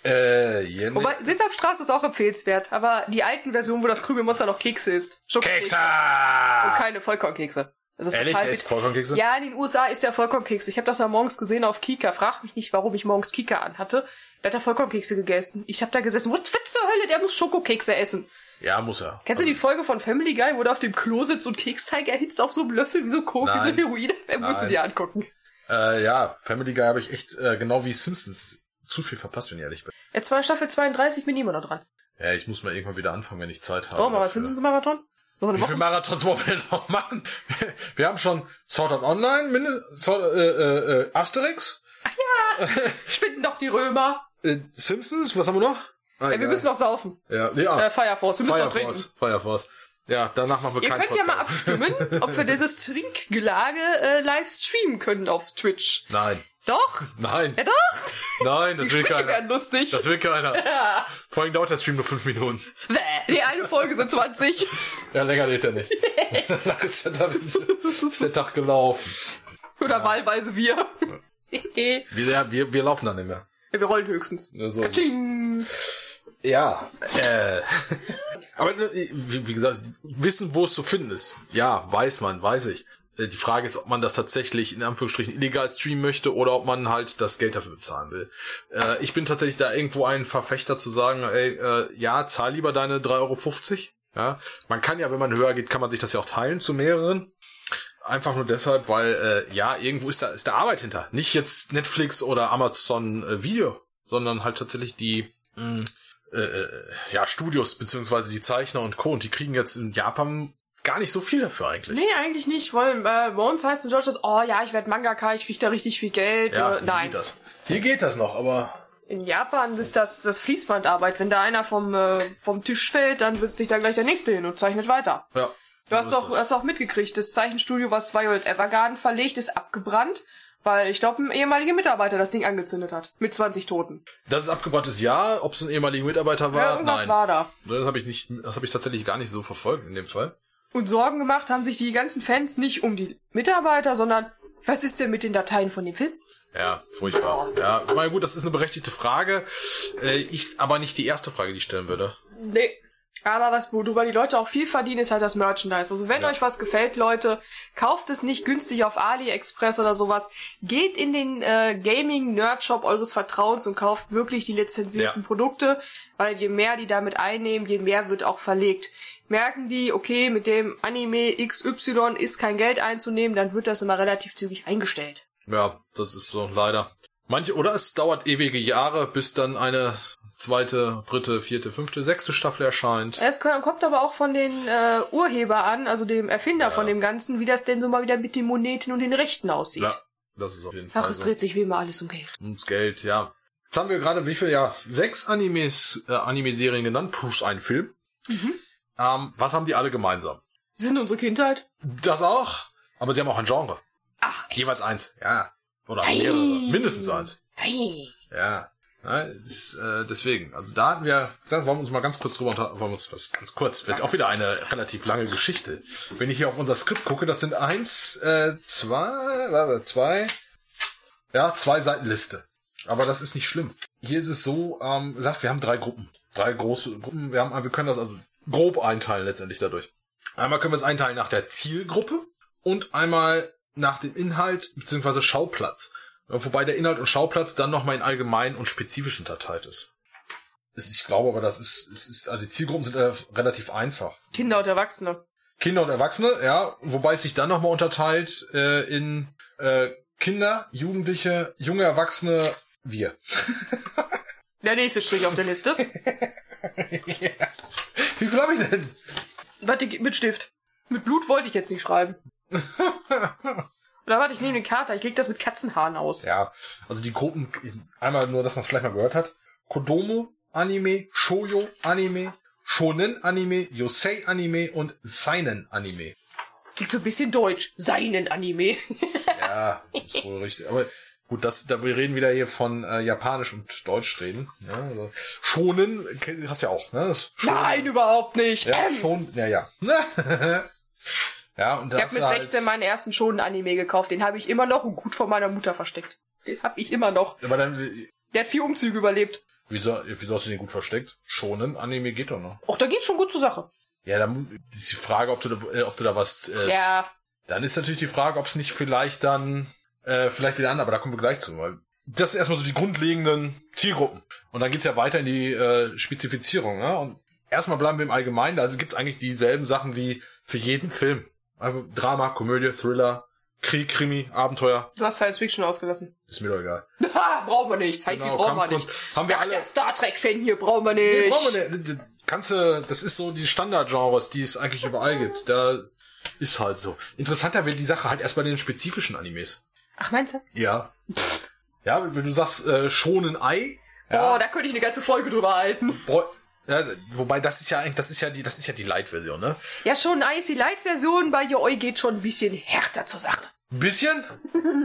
[SPEAKER 1] Äh, Jenny.
[SPEAKER 3] Wobei, Sesamstraße ist auch empfehlenswert, aber die alten Versionen, wo das Krümelmonster noch Kekse ist.
[SPEAKER 1] Kekse!
[SPEAKER 3] Und keine Vollkornkekse. Das ist
[SPEAKER 1] Ehrlich,
[SPEAKER 3] total
[SPEAKER 1] der ist
[SPEAKER 3] witzig.
[SPEAKER 1] Vollkornkekse?
[SPEAKER 3] Ja, in den USA ist der Vollkornkeks. Ich habe das mal morgens gesehen auf Kika. Frag mich nicht, warum ich morgens Kika anhatte. Da hat er Vollkornkekse gegessen. Ich habe da gesessen. Was was zur Hölle? Der muss Schokokekse essen.
[SPEAKER 1] Ja, muss er.
[SPEAKER 3] Kennst du die Folge von Family Guy, wo der auf dem Klo sitzt und Keksteig erhitzt auf so einem Löffel wie so Coke, wie so
[SPEAKER 1] Nein.
[SPEAKER 3] Heroin? Er musst du
[SPEAKER 1] Nein.
[SPEAKER 3] dir angucken.
[SPEAKER 1] Äh, ja, Family Guy habe ich echt, äh, genau wie Simpsons, zu viel verpasst, wenn ich ehrlich bin.
[SPEAKER 3] Jetzt war Staffel 32 bin immer noch dran.
[SPEAKER 1] Ja, ich muss mal irgendwann wieder anfangen, wenn ich Zeit habe.
[SPEAKER 3] Warum? Aber
[SPEAKER 1] dafür.
[SPEAKER 3] Simpsons Marathon? Noch eine
[SPEAKER 1] Wie viele
[SPEAKER 3] Woche?
[SPEAKER 1] Marathons wollen wir denn noch machen? Wir haben schon Sword Art Online, Minde, Sword, äh, äh, äh, Asterix,
[SPEAKER 3] Spinnen doch die Römer.
[SPEAKER 1] äh, Simpsons, was haben wir noch? Ah,
[SPEAKER 3] Ey, wir
[SPEAKER 1] egal.
[SPEAKER 3] müssen noch saufen.
[SPEAKER 1] ja, ja,
[SPEAKER 3] Äh, Fire Force, wir müssen
[SPEAKER 1] Fire
[SPEAKER 3] noch trinken.
[SPEAKER 1] Force, Fire Force. Ja, danach machen wir
[SPEAKER 3] Ihr
[SPEAKER 1] keinen
[SPEAKER 3] könnt ja mal
[SPEAKER 1] Podcast.
[SPEAKER 3] abstimmen, ob wir dieses Trinkgelage äh, live streamen können auf Twitch.
[SPEAKER 1] Nein,
[SPEAKER 3] Doch?
[SPEAKER 1] nein,
[SPEAKER 3] Ja doch!
[SPEAKER 1] nein, das
[SPEAKER 3] Die
[SPEAKER 1] will
[SPEAKER 3] Sprüche
[SPEAKER 1] keiner.
[SPEAKER 3] werden lustig.
[SPEAKER 1] Das will keiner. Vor allem dauert der Stream nur fünf Minuten.
[SPEAKER 3] Bäh, die eine Folge sind 20.
[SPEAKER 1] Ja, länger lädt er nicht. Danach ist, der Tag, ist, ist der Tag gelaufen.
[SPEAKER 3] Oder wahlweise wir. ja,
[SPEAKER 1] Wir, ja, wir, wir laufen dann nicht mehr.
[SPEAKER 3] wir rollen höchstens.
[SPEAKER 1] Ja, so.
[SPEAKER 3] Katsching.
[SPEAKER 1] Ja. Äh. Aber äh, wie, wie gesagt, wissen, wo es zu finden ist. Ja, weiß man, weiß ich. Äh, Die Frage ist, ob man das tatsächlich in Anführungsstrichen illegal streamen möchte oder ob man halt das Geld dafür bezahlen will. Äh, ich bin tatsächlich da irgendwo ein Verfechter zu sagen, ey, äh, ja, zahl lieber deine 3,50 Euro Ja, man kann ja, wenn man höher geht, kann man sich das ja auch teilen zu mehreren. Einfach nur deshalb, weil äh, ja, irgendwo ist da ist da Arbeit hinter. Nicht jetzt Netflix oder Amazon äh, Video, sondern halt tatsächlich die mh, äh, äh, ja Studios beziehungsweise die Zeichner und Co. Und die kriegen jetzt in Japan gar nicht so viel dafür eigentlich.
[SPEAKER 3] Nee, eigentlich nicht. Wollen, äh, bei uns heißt es in Deutschland, oh ja, ich werde Mangaka, ich krieg da richtig viel Geld.
[SPEAKER 1] Ja,
[SPEAKER 3] äh,
[SPEAKER 1] hier
[SPEAKER 3] nein.
[SPEAKER 1] geht das. Hier geht das noch, aber
[SPEAKER 3] In Japan ist das, das Fließbandarbeit. Wenn da einer vom, äh, vom Tisch fällt, dann wird sich da gleich der nächste hin und zeichnet weiter.
[SPEAKER 1] ja.
[SPEAKER 3] Du hast
[SPEAKER 1] so ist
[SPEAKER 3] doch,
[SPEAKER 1] das.
[SPEAKER 3] hast auch mitgekriegt, das Zeichenstudio, was Violet Evergarden verlegt, ist abgebrannt, weil ich glaube, ein ehemaliger Mitarbeiter das Ding angezündet hat. Mit 20 Toten.
[SPEAKER 1] Dass es abgebranntes Jahr, ob es ein ehemaliger Mitarbeiter
[SPEAKER 3] ja,
[SPEAKER 1] war,
[SPEAKER 3] irgendwas
[SPEAKER 1] nein.
[SPEAKER 3] war da.
[SPEAKER 1] Das habe ich nicht, das habe ich tatsächlich gar nicht so verfolgt in dem Fall.
[SPEAKER 3] Und Sorgen gemacht haben sich die ganzen Fans nicht um die Mitarbeiter, sondern was ist denn mit den Dateien von dem Film?
[SPEAKER 1] Ja, furchtbar. Ja, ich meine, gut, das ist eine berechtigte Frage. Äh, ich, aber nicht die erste Frage, die ich stellen würde.
[SPEAKER 3] Nee. Aber was, worüber die Leute auch viel verdienen, ist halt das Merchandise. Also wenn
[SPEAKER 1] Ja.
[SPEAKER 3] euch was gefällt, Leute, kauft es nicht günstig auf AliExpress oder sowas. Geht in den äh, Gaming-Nerd-Shop eures Vertrauens und kauft wirklich die lizenzierten
[SPEAKER 1] Ja.
[SPEAKER 3] Produkte, weil je mehr die damit einnehmen, je mehr wird auch verlegt. Merken die, okay, mit dem Anime XY ist kein Geld einzunehmen, dann wird das immer relativ zügig eingestellt.
[SPEAKER 1] Ja, das ist so, leider. Manche, oder es dauert ewige Jahre, bis dann eine zweite, dritte, vierte, fünfte, sechste Staffel erscheint.
[SPEAKER 3] Es ko- kommt aber auch von den äh, Urheber an, also dem Erfinder von dem Ganzen, wie das denn so mal wieder mit den Moneten und den Rechten aussieht.
[SPEAKER 1] Ja, also. das ist auf jeden Fall.
[SPEAKER 3] Ach, es
[SPEAKER 1] so.
[SPEAKER 3] dreht sich wie immer alles um Geld.
[SPEAKER 1] Ums Geld, ja. Jetzt haben wir gerade, wie viel, ja, sechs Animes, äh, Anime-Serien genannt, plus ein Film.
[SPEAKER 3] Mhm.
[SPEAKER 1] Ähm, was haben die alle gemeinsam?
[SPEAKER 3] Sie sind unsere Kindheit.
[SPEAKER 1] Das auch, aber sie haben auch ein Genre.
[SPEAKER 3] Ach,
[SPEAKER 1] Jeweils eins, ja. Oder
[SPEAKER 3] Ei.
[SPEAKER 1] mehrere, mindestens eins.
[SPEAKER 3] hey.
[SPEAKER 1] Ja. ja ist, äh, deswegen, also da hatten wir gesagt, wollen wir uns mal ganz kurz drüber unterhalten, wollen wir uns was ganz kurz, wird auch wieder eine relativ lange Geschichte. Wenn ich hier auf unser Skript gucke, das sind eins, äh, zwei, warte, zwei, ja, zwei Seitenliste. Aber das ist nicht schlimm. Hier ist es so, ähm, wie gesagt, wir haben drei Gruppen. Drei große Gruppen. Wir, haben, wir können das also grob einteilen letztendlich dadurch. Einmal können wir es einteilen nach der Zielgruppe und einmal nach dem Inhalt bzw. Schauplatz. Ja, Wobei der Inhalt und Schauplatz dann nochmal in allgemein und spezifisch unterteilt ist. Es- Ich glaube aber, das ist, es ist also die Zielgruppen sind äh, relativ einfach.
[SPEAKER 3] Kinder und Erwachsene.
[SPEAKER 1] Kinder und Erwachsene, ja, wobei es sich dann nochmal unterteilt äh, in äh, Kinder, Jugendliche, junge Erwachsene, wir.
[SPEAKER 3] Der nächste Strich auf der Liste.
[SPEAKER 1] Wie viel habe ich denn?
[SPEAKER 3] Warte, gib- mit Stift. Mit Blut wollte ich jetzt nicht schreiben. Oder warte, ich nehme den Kater. Ich leg das mit Katzenhaaren aus.
[SPEAKER 1] Ja, also die Gruppen, einmal nur, dass man es vielleicht mal gehört hat. Kodomo Anime, Shoujo Anime, Shonen Anime, Yosei Anime und Seinen Anime.
[SPEAKER 3] Klingt so ein bisschen deutsch. Seinen Anime.
[SPEAKER 1] Ja, ist wohl richtig. Aber gut, das, da wir reden wieder hier von äh, Japanisch und Deutsch reden. Ja, also Shonen kenn- hast du ja auch, ne? Das Shonen-
[SPEAKER 3] Nein, überhaupt nicht. Ähm.
[SPEAKER 1] Ja, schon, ja, ja. ja, und das
[SPEAKER 3] Ich habe mit
[SPEAKER 1] ist halt-
[SPEAKER 3] 16 meinen ersten schonen Anime gekauft. Den habe ich immer noch und gut von meiner Mutter versteckt. Den habe ich immer noch.
[SPEAKER 1] Aber dann,
[SPEAKER 3] Der hat vier Umzüge überlebt.
[SPEAKER 1] wieso, wieso hast du den gut versteckt? Shonen Anime geht doch noch.
[SPEAKER 3] Och, da geht's schon gut zur Sache.
[SPEAKER 1] Ja, dann ist die Frage, ob du da, äh, ob du da was, äh,
[SPEAKER 3] Ja.
[SPEAKER 1] Dann ist natürlich die Frage, ob es nicht vielleicht dann äh, vielleicht wieder an, aber da kommen wir gleich zu. Weil das sind erstmal so die grundlegenden Zielgruppen. Und dann geht's ja weiter in die äh, Spezifizierung. Ne? Und erstmal bleiben wir im Allgemeinen. Also gibt's eigentlich dieselben Sachen wie für jeden Film. Also Drama, Komödie, Thriller, Krieg, Krimi, Abenteuer.
[SPEAKER 3] Du hast Science Fiction ausgelassen.
[SPEAKER 1] Ist mir doch egal.
[SPEAKER 3] Ha, brauchen wir nicht. Sci-Fi
[SPEAKER 1] Genau,
[SPEAKER 3] brauchen wir
[SPEAKER 1] Kampfkunst.
[SPEAKER 3] nicht.
[SPEAKER 1] Haben wir
[SPEAKER 3] Ach,
[SPEAKER 1] alle-
[SPEAKER 3] der Star Trek-Fan hier brauchen wir nicht.
[SPEAKER 1] Nee, brauchen wir nicht. Kannst du, das ist so die Standardgenres, die es eigentlich überall gibt. Da ist halt so. Interessanter wird die Sache halt erst bei den spezifischen Animes.
[SPEAKER 3] Ach, meinst du?
[SPEAKER 1] Ja. Ja, wenn du sagst, äh, schonen Ei.
[SPEAKER 3] Oh, da könnte ich eine ganze Folge drüber halten.
[SPEAKER 1] Bro- Ja, wobei das ist ja eigentlich, das ist ja die, das ist ja die Light-Version, ne?
[SPEAKER 3] Ja, schon eine Icy Light-Version bei Yoi geht schon ein bisschen härter zur Sache.
[SPEAKER 1] Ein bisschen?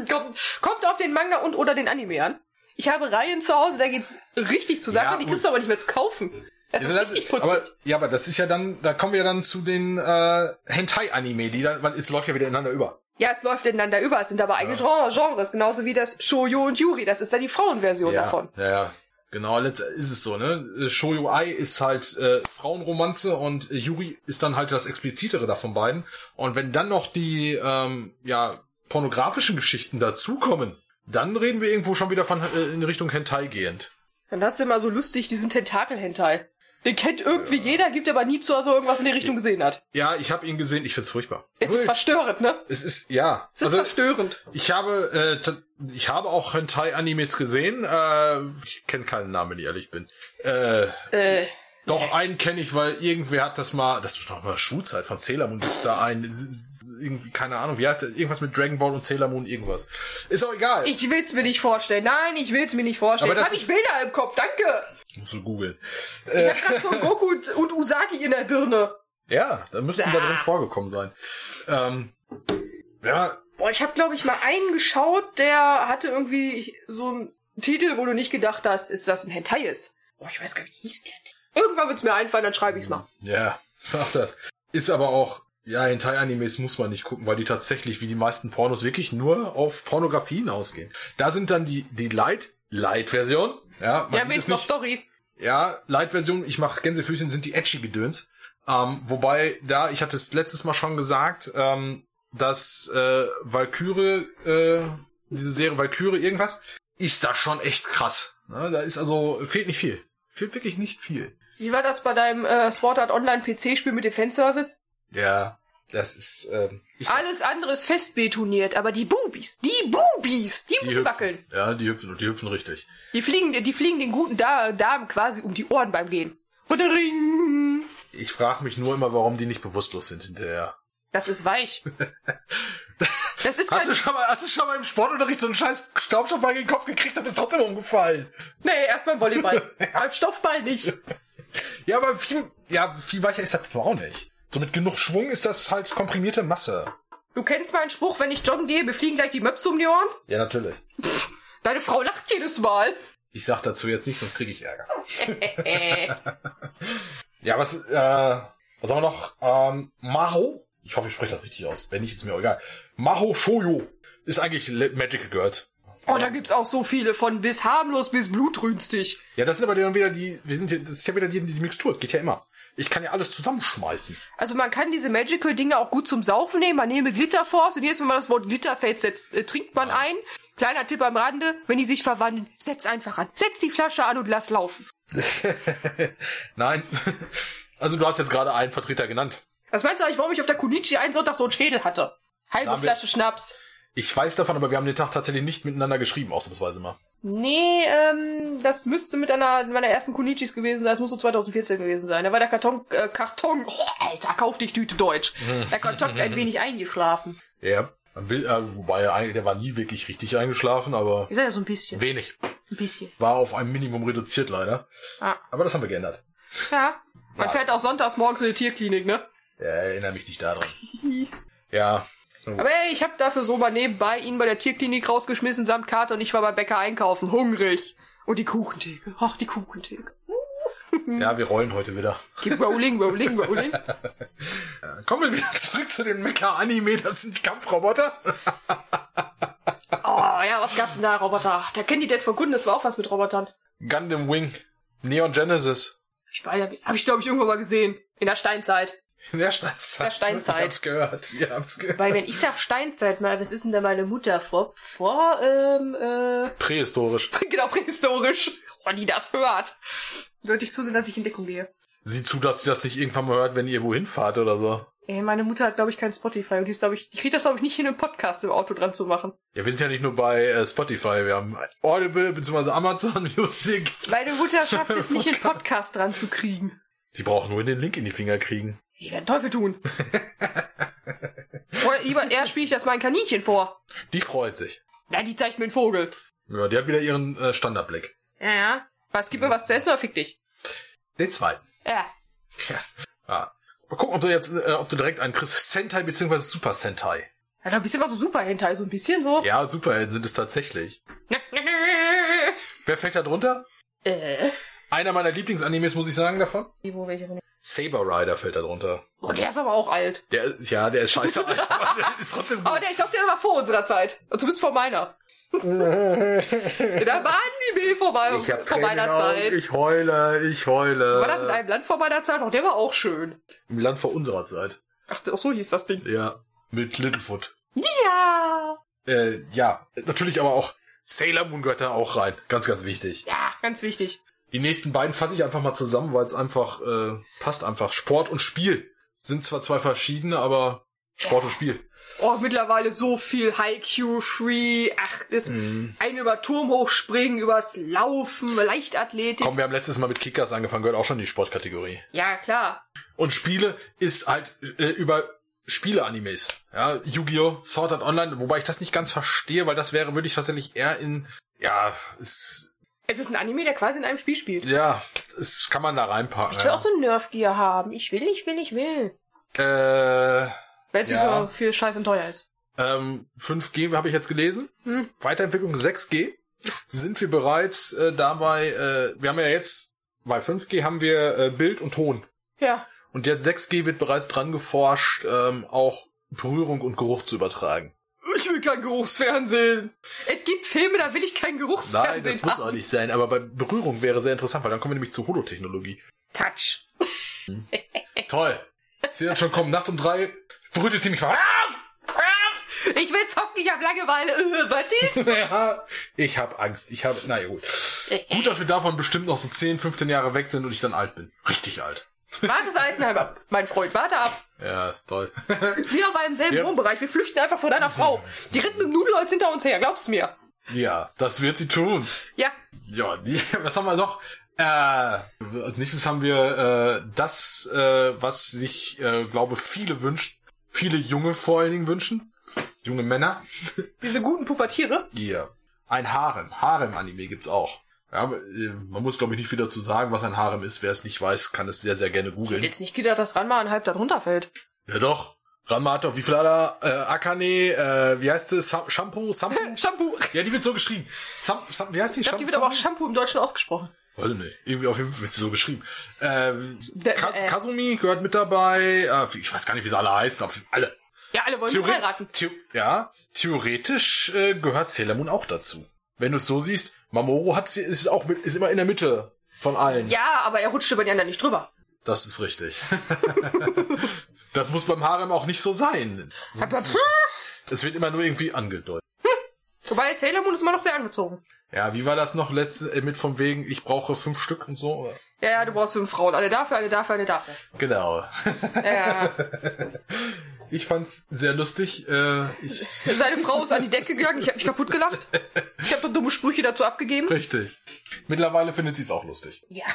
[SPEAKER 3] Kommt, kommt auf den Manga und oder den Anime an. Ich habe Reihen zu Hause, da geht's richtig zur Sache.
[SPEAKER 1] Ja,
[SPEAKER 3] die
[SPEAKER 1] und-
[SPEAKER 3] kriegst du aber nicht mehr zu kaufen. Das ist richtig putzig.
[SPEAKER 1] aber, ja, aber das ist ja dann, da kommen wir dann zu den äh, Hentai-Anime, die dann, weil es läuft ja wieder ineinander über.
[SPEAKER 3] Ja, es läuft ineinander über. Es sind aber eigene Genre- Genres. Genauso wie das Shoujo und Yuri. Das ist dann die Frauenversion davon.
[SPEAKER 1] Ja, ja. Genau, letzter ist es so, ne? Shoujo Ai ist halt äh, Frauenromanze und äh, Yuri ist dann halt das explizitere davon beiden. Und wenn dann noch die ähm, ja pornografischen Geschichten dazukommen, dann reden wir irgendwo schon wieder von äh, in Richtung Hentai gehend.
[SPEAKER 3] Dann hast du immer so lustig diesen Tentakel-Hentai. Den kennt irgendwie jeder, gibt aber nie zu, dass er irgendwas in die Richtung gesehen hat.
[SPEAKER 1] Ja, ich habe ihn gesehen, ich find's furchtbar.
[SPEAKER 3] Es ist
[SPEAKER 1] Furcht-
[SPEAKER 3] verstörend, ne?
[SPEAKER 1] es ist ja. Also,
[SPEAKER 3] Es ist verstörend.
[SPEAKER 1] Ich habe, äh, t- ich habe auch Hentai-Animes gesehen. Äh, ich kenne keinen Namen, wenn ich ehrlich bin. Äh,
[SPEAKER 3] Äh,
[SPEAKER 1] doch einen kenne ich, weil irgendwer hat das mal, das war doch mal Schulzeit von Sailor Moon gibt's da ein, irgendwie keine Ahnung, wie heißt das? Irgendwas mit Dragon Ball und Sailor Moon irgendwas. Ist auch egal.
[SPEAKER 3] ich will's mir nicht vorstellen. Nein, ich will's mir nicht vorstellen.
[SPEAKER 1] Aber das
[SPEAKER 3] Jetzt habe
[SPEAKER 1] ist-
[SPEAKER 3] ich
[SPEAKER 1] Äh.
[SPEAKER 3] Bilder im Kopf, danke.
[SPEAKER 1] Muss so googeln.
[SPEAKER 3] Ich hab grad so einen Goku und, und Usagi in der Birne.
[SPEAKER 1] Ja, da müssten da
[SPEAKER 3] Ah.
[SPEAKER 1] drin vorgekommen sein. Ähm, ja,
[SPEAKER 3] Boah, ich habe glaube ich mal einen geschaut, der hatte irgendwie so einen Titel, wo du nicht gedacht hast, ist das ein Hentai ist. Boah, ich weiß gar nicht, wie hieß der denn? Irgendwann wird's mir einfallen, dann schreibe ich's
[SPEAKER 1] Mhm.
[SPEAKER 3] mal.
[SPEAKER 1] Ja, mach das. Ist aber auch, ja, Hentai-Animes muss man nicht gucken, weil die tatsächlich, wie die meisten Pornos, wirklich nur auf Pornografie hinausgehen. Da sind dann die, die Light, Light-Version. Ja, man
[SPEAKER 3] Ja,
[SPEAKER 1] sieht
[SPEAKER 3] wenigstens
[SPEAKER 1] es
[SPEAKER 3] noch
[SPEAKER 1] nicht.
[SPEAKER 3] Story.
[SPEAKER 1] Ja, Light-Version, ich mache Gänsefüßchen, sind die edgy Gedöns. Ähm, wobei, da, ich hatte es letztes Mal schon gesagt, ähm, dass äh, Valkyrie, äh, diese Serie Valkyrie irgendwas, ist da schon echt krass. Ne? Da ist also, fehlt nicht viel. Fehlt wirklich nicht viel.
[SPEAKER 3] Wie war das bei deinem äh, Sword Art Online PC-Spiel mit dem Fanservice?
[SPEAKER 1] Ja, das ist, ähm, ich
[SPEAKER 3] Alles andere ist festbetoniert, aber die Bubis, die Bubis, die, müssen
[SPEAKER 1] hüpfen.
[SPEAKER 3] wackeln.
[SPEAKER 1] Ja, die hüpfen und die hüpfen richtig.
[SPEAKER 3] Die fliegen, die fliegen den guten da Damen quasi um die Ohren beim Gehen. Und der Ring.
[SPEAKER 1] Ich frage mich nur immer, warum die nicht bewusstlos sind hinterher.
[SPEAKER 3] Das ist weich. Das ist
[SPEAKER 1] Hast
[SPEAKER 3] kein,
[SPEAKER 1] du schon mal, hast du schon mal im Sportunterricht so einen scheiß Staubstoffball gegen den Kopf gekriegt, dann bist trotzdem umgefallen.
[SPEAKER 3] nee, erst beim Volleyball. beim Stoffball nicht.
[SPEAKER 1] Ja, aber viel, ja, viel weicher ist das auch nicht. So mit genug Schwung ist das halt komprimierte Masse.
[SPEAKER 3] Du kennst meinen Spruch, wenn ich joggen gehe, mir fliegen gleich die Möpse um die Ohren?
[SPEAKER 1] Ja, natürlich.
[SPEAKER 3] Deine Frau lacht jedes Mal.
[SPEAKER 1] Ich sag dazu jetzt nichts, sonst kriege ich Ärger.
[SPEAKER 3] Äh,
[SPEAKER 1] Ja, was, äh, was haben wir noch? Ähm, Maho? Ich hoffe, ich spreche das richtig aus. Wenn nicht, ist mir auch egal. Maho Shoyo ist eigentlich Le- Magic Girls.
[SPEAKER 3] oh, da gibt's auch so viele von bis harmlos bis blutrünstig.
[SPEAKER 1] Ja, das sind aber dann wieder die, wir sind hier, das ist ja wieder die, die Mixtur, geht ja immer. Ich kann ja alles zusammenschmeißen.
[SPEAKER 3] Also man kann diese Magical-Dinge auch gut zum Saufen nehmen. Man nehme Glitterforce und jedes Mal, wenn man das Wort Glitterfeld setzt, äh, trinkt man ein. Kleiner Tipp am Rande, wenn die sich verwandeln, setz einfach an. Setz die Flasche an und lass laufen.
[SPEAKER 1] Nein. Also du hast jetzt gerade einen Vertreter genannt.
[SPEAKER 3] Was meinst du eigentlich, warum ich auf der Kunichi einen Sonntag so einen Schädel hatte? Halbe
[SPEAKER 1] Damit-
[SPEAKER 3] Flasche Schnaps.
[SPEAKER 1] Ich weiß davon, aber wir haben den Tag tatsächlich nicht miteinander geschrieben, ausnahmsweise mal.
[SPEAKER 3] Nee, ähm, das müsste mit einer meiner ersten Kunichis gewesen sein. Das muss so 2014 gewesen sein. Da war der Karton, äh, Karton, oh, Alter, kauf dich Tüte Deutsch. Der Karton hat ein wenig eingeschlafen.
[SPEAKER 1] Ja. Man will, äh, wobei er eigentlich- der war nie wirklich richtig eingeschlafen, aber
[SPEAKER 3] Ich sag ja so ein bisschen.
[SPEAKER 1] wenig.
[SPEAKER 3] Ein bisschen.
[SPEAKER 1] War auf ein Minimum reduziert leider.
[SPEAKER 3] Ah,
[SPEAKER 1] Aber das haben wir geändert.
[SPEAKER 3] ja. Man
[SPEAKER 1] Ja.
[SPEAKER 3] fährt auch sonntags morgens in die Tierklinik, ne?
[SPEAKER 1] Ja, erinnere mich nicht daran. ja.
[SPEAKER 3] Aber ey, ich hab dafür so mal nebenbei ihn bei der Tierklinik rausgeschmissen samt Karte und ich war bei Bäcker einkaufen, hungrig. Und die Kuchentheke. Ach, die Kuchentheke. Hm.
[SPEAKER 1] Ja, wir rollen heute wieder.
[SPEAKER 3] Keep rolling, rolling, rolling.
[SPEAKER 1] Kommen wir wieder zurück zu den Mecha-Anime, das sind Kampfroboter.
[SPEAKER 3] Oh, ja, was gab's denn da, Roboter? Der Candidate for Good, das war auch was mit Robotern.
[SPEAKER 1] Gundam Wing. Neon Genesis.
[SPEAKER 3] Ich beide, hab ich glaube ich irgendwo mal gesehen. In der Steinzeit.
[SPEAKER 1] In der Steinzeit.
[SPEAKER 3] Der Steinzeit.
[SPEAKER 1] Ihr habt's gehört. Ihr habt's gehört.
[SPEAKER 3] Weil wenn ich sag Steinzeit mal, was ist denn da meine Mutter vor, vor, ähm, äh,
[SPEAKER 1] Prähistorisch.
[SPEAKER 3] genau prähistorisch. Oh, die das hört. Sollte ich zusehen, dass ich in Deckung gehe.
[SPEAKER 1] Sieh zu, dass sie das nicht irgendwann mal hört, wenn ihr wohin fahrt oder so.
[SPEAKER 3] Ey, meine Mutter hat glaube ich kein Spotify und die ist glaube ich, ich krieg das glaube ich nicht hin, einen Podcast im Auto dran zu machen.
[SPEAKER 1] Ja, wir sind ja nicht nur bei äh, Spotify, wir haben Audible bzw. Amazon Music.
[SPEAKER 3] Meine Mutter schafft es nicht, einen Podcast dran zu kriegen.
[SPEAKER 1] Sie brauchen nur den Link in die Finger kriegen.
[SPEAKER 3] Ich werde Teufel tun. Oder lieber eher spiele ich das mein Kaninchen vor.
[SPEAKER 1] Die freut sich.
[SPEAKER 3] Na, die zeigt mir einen Vogel.
[SPEAKER 1] Ja, die hat wieder ihren äh, Standardblick.
[SPEAKER 3] Ja, ja. Was, gib mir was zu essen oder fick dich?
[SPEAKER 1] Den zweiten.
[SPEAKER 3] Ja.
[SPEAKER 1] Ah. Mal gucken, ob du jetzt, äh, ob du direkt einen kriegst. Sentai bzw. Super Sentai.
[SPEAKER 3] Ja, da ein bisschen was so super hinter, so ein bisschen so.
[SPEAKER 1] Ja, Superhelden sind es tatsächlich. Wer fällt da drunter?
[SPEAKER 3] äh.
[SPEAKER 1] Einer meiner Lieblingsanimes, muss ich sagen, davon.
[SPEAKER 3] Die, wo welche von denen-
[SPEAKER 1] Saber Rider fällt da drunter.
[SPEAKER 3] Oh, der ist aber auch alt.
[SPEAKER 1] Der ist, ja, der ist scheiße alt, aber der ist trotzdem
[SPEAKER 3] Aber der, ich glaube, der war vor unserer Zeit. Also Zumindest vor meiner. der war Anime vor, mein, vor meiner Zeit.
[SPEAKER 1] Ich heule, ich äh. heule.
[SPEAKER 3] War das in einem Land vor meiner Zeit? Auch der war auch schön.
[SPEAKER 1] Im Land vor unserer Zeit.
[SPEAKER 3] Ach, ach so hieß das Ding.
[SPEAKER 1] Ja, mit Littlefoot.
[SPEAKER 3] Ja.
[SPEAKER 1] Äh, ja, natürlich aber auch Sailor Moon gehört da auch rein. Ganz, ganz wichtig.
[SPEAKER 3] Ja, ganz wichtig.
[SPEAKER 1] Die nächsten beiden fasse ich einfach mal zusammen, weil es einfach äh, passt einfach. Sport und Spiel sind zwar zwei verschiedene, aber Sport und Spiel.
[SPEAKER 3] Oh, mittlerweile so viel High-Q, Free, ach, das
[SPEAKER 1] Hm.
[SPEAKER 3] eine über Turm hochspringen, übers Laufen, Leichtathletik.
[SPEAKER 1] Komm, wir haben letztes Mal mit Kickers angefangen, gehört auch schon in die Sportkategorie.
[SPEAKER 3] Ja, klar.
[SPEAKER 1] Und Spiele ist halt äh, über Spiele-Animes. Ja, Yu-Gi-Oh!, Sword Art Online, wobei ich das nicht ganz verstehe, weil das wäre, würde ich tatsächlich eher in, ja, es,
[SPEAKER 3] Es ist ein Anime, der quasi in einem Spiel spielt.
[SPEAKER 1] ja, es kann man da reinpacken.
[SPEAKER 3] Ich will auch so ein Nerf-Gear haben. Ich will, ich will, ich will.
[SPEAKER 1] ja. Äh,
[SPEAKER 3] Wenn es nicht
[SPEAKER 1] Ja.
[SPEAKER 3] so viel scheiß und teuer ist.
[SPEAKER 1] ähm, 5G habe ich jetzt gelesen. Weiterentwicklung 6G sind wir bereits äh, dabei, äh, wir haben ja jetzt, bei 5G haben wir äh, Bild und Ton.
[SPEAKER 3] Ja.
[SPEAKER 1] Und jetzt 6G wird bereits dran geforscht, ähm, auch Berührung und Geruch zu übertragen.
[SPEAKER 3] Ich will kein Geruchsfernsehen. Es gibt Filme, da will ich kein Geruchsfernsehen
[SPEAKER 1] Nein, das muss auch
[SPEAKER 3] haben.
[SPEAKER 1] nicht sein, aber bei Berührung wäre sehr interessant, weil dann kommen wir nämlich zur Holotechnologie.
[SPEAKER 3] Touch.
[SPEAKER 1] Toll. Ich sehe dann schon kommen, Nacht um drei, brütet sie mich vor.
[SPEAKER 3] Ah, Ich will zocken, ich hab Langeweile. Äh, Was ist?
[SPEAKER 1] Ja, ich habe Angst. Ich habe, naja gut. Gut, dass wir davon bestimmt noch so 10, 15 Jahre weg sind und ich dann alt bin. Richtig alt.
[SPEAKER 3] Warte es Altenheim ab. Mein Freund, warte ab.
[SPEAKER 1] Ja, toll.
[SPEAKER 3] Wir waren im selben
[SPEAKER 1] Ja.
[SPEAKER 3] Wohnbereich. Wir flüchten einfach vor deiner Frau. Die rennt mit dem Nudelholz hinter uns her. Glaub's mir.
[SPEAKER 1] ja, das wird sie tun.
[SPEAKER 3] Ja.
[SPEAKER 1] Ja, die, was haben wir noch? Äh, als nächstes haben wir äh, das, äh, was sich, äh, glaube viele wünschen. Viele Junge vor allen Dingen wünschen. Junge Männer.
[SPEAKER 3] Diese guten Pubertiere.
[SPEAKER 1] Hier. Ein Harem. Harem-Anime gibt's auch. Ja, aber, äh, man muss, glaube ich, nicht viel dazu sagen, was ein Harem ist. Wer es nicht weiß, kann es sehr, sehr gerne googeln.
[SPEAKER 3] Jetzt nicht gedacht, dass Ranma ein halb da drunter fällt.
[SPEAKER 1] Ja doch. Ramato, wie viel hat er? Äh, Akane, äh, wie heißt es? Sa Shampoo? Shampoo?
[SPEAKER 3] Shampoo. Ich
[SPEAKER 1] ja, die wird so geschrieben. Sam Sam wie heißt die?
[SPEAKER 3] glaube, die wird aber auch Shampoo im Deutschen ausgesprochen.
[SPEAKER 1] Warte, ne. Irgendwie auf jeden Fall wird sie so geschrieben. Äh,
[SPEAKER 3] Der-
[SPEAKER 1] Ka
[SPEAKER 3] äh.
[SPEAKER 1] Kasumi gehört mit dabei. Äh, ich weiß gar nicht, wie sie alle heißen. Auf alle.
[SPEAKER 3] Ja, alle wollen
[SPEAKER 1] Theore-
[SPEAKER 3] Theorie heiraten.
[SPEAKER 1] Theo ja, theoretisch äh, gehört Sailor Moon auch dazu. Wenn du es so siehst, Mamoru hat sie, ist auch mit, ist immer in der Mitte von allen.
[SPEAKER 3] Ja, aber er rutscht über die anderen nicht drüber.
[SPEAKER 1] Das ist richtig. das muss beim Harem auch nicht so sein. Es wird immer nur irgendwie angedeutet.
[SPEAKER 3] Wobei Sailor Moon ist immer noch sehr angezogen.
[SPEAKER 1] Ja, wie war das noch letzte äh, mit vom wegen, ich brauche fünf Stück und so? oder?
[SPEAKER 3] Ja, ja, du brauchst fünf Frauen. Eine dafür, eine dafür, eine dafür.
[SPEAKER 1] Genau.
[SPEAKER 3] Ja, ja.
[SPEAKER 1] Ich fand's sehr lustig. Äh, ich,
[SPEAKER 3] Seine Frau ist an die Decke gegangen. Ich habe mich kaputt gelacht. Ich habe dumme Sprüche dazu abgegeben.
[SPEAKER 1] richtig. Mittlerweile findet sie's auch lustig.
[SPEAKER 3] Ja.